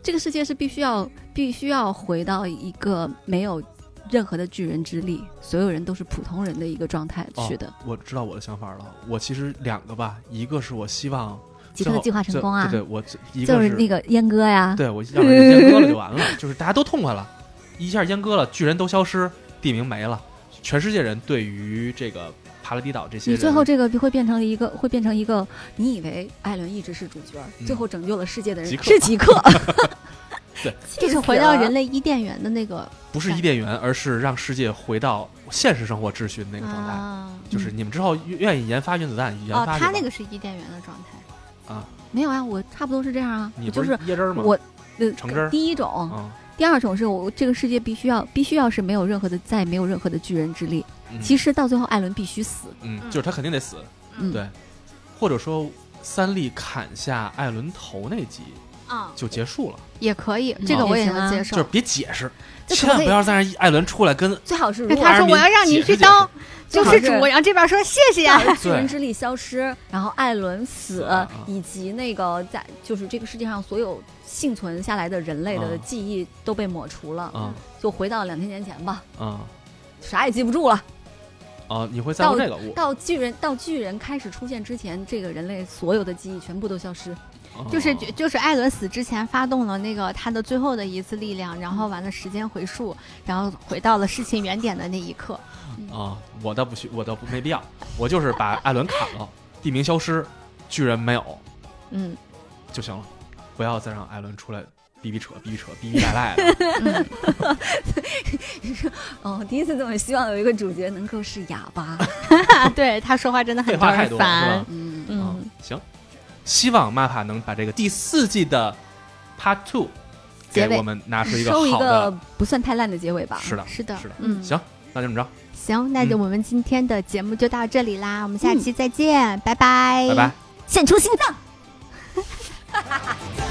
这个世界是必须要必须要回到一个没有任何的巨人之力，所有人都是普通人的一个状态
哦
去的。
我知道我的想法了。我其实两个吧，一个是我希望
极
最
客
后
计划成
最
功啊，
对对，我最一个
就是那个阉割呀，
对我要不然就阉割了就完了，就是大家都痛快了，一下阉割了，巨人都消失，地名没了，全世界人对于这个帕拉迪岛这些
你
人，
最后这个会变成一个会变成一个，你以为艾伦一直是主角，
嗯
最后拯救了世界的人
极客
是极
(laughs)
(laughs) 客，
就是回到人类伊甸园的那个
不是伊甸园，而是让世界回到现实生活秩序的那个状态，
啊
就是你们之后愿意研发原子弹，研
哦，
发去吧、
他那个是伊甸园的状态，
没有啊，我差不多是这样啊，
你不
就是
椰汁儿吗？
我呃
橙汁儿
第一种，
嗯
第二种是我这个世界必须要必须要是没有任何的再也没有任何的巨人之力。
嗯
其实到最后，艾伦必须死。
嗯，
嗯
就是他肯定得死，
嗯
对，或者说三笠砍下艾伦头那集
啊，
就结束了，
也可以，
嗯
这个我也
也行
能
啊
接
就
受
是。别解释，
这可
千万
不可以
不要再让艾伦出来跟
最好是如
对
果
他说我要让你去
啊
当救
最好
世
是
主，然后这边说谢谢。 (laughs)
艾伦巨
(laughs) 对
人之力消失，然后艾伦死
啊，
以及那个在就是这个世界上所有幸存下来的人类的
啊
记忆都被抹除了，
啊
就回到两千年前吧，
啊
啥也记不住了。
啊，你会在乎
到
这个我
到巨人到巨人开始出现之前，这个人类所有的记忆全部都消失。
啊
就是就是艾伦死之前发动了那个他的最后的一次力量，然后完了时间回溯，然后回到了事情原点的那一刻。
啊，我倒不需，我倒不没必要，我就是把艾伦砍了，地名消失，巨人没有
嗯，
就行了，不要再让艾伦出来逼逼扯逼逼扯逼逼赖赖的，
嗯
(laughs)
(laughs) 哦，第一次这么希望有一个主角能够是哑巴。
啊，对他说话真的
废
很
话
招
太
人
多了是
烦
吧。？
嗯。
啊
嗯，，
行，希望 MAPPA 能把这个第四季的 Part Two
结
给
尾
我们拿出一个
收一
好
个
的，
不算太烂的结尾吧。
啊是的，
是的
是的，
嗯，
行，那就这么着，
行，那就
嗯
我们今天的节目就到这里啦，我们下期再见，拜拜，
拜拜。
献出心脏。
「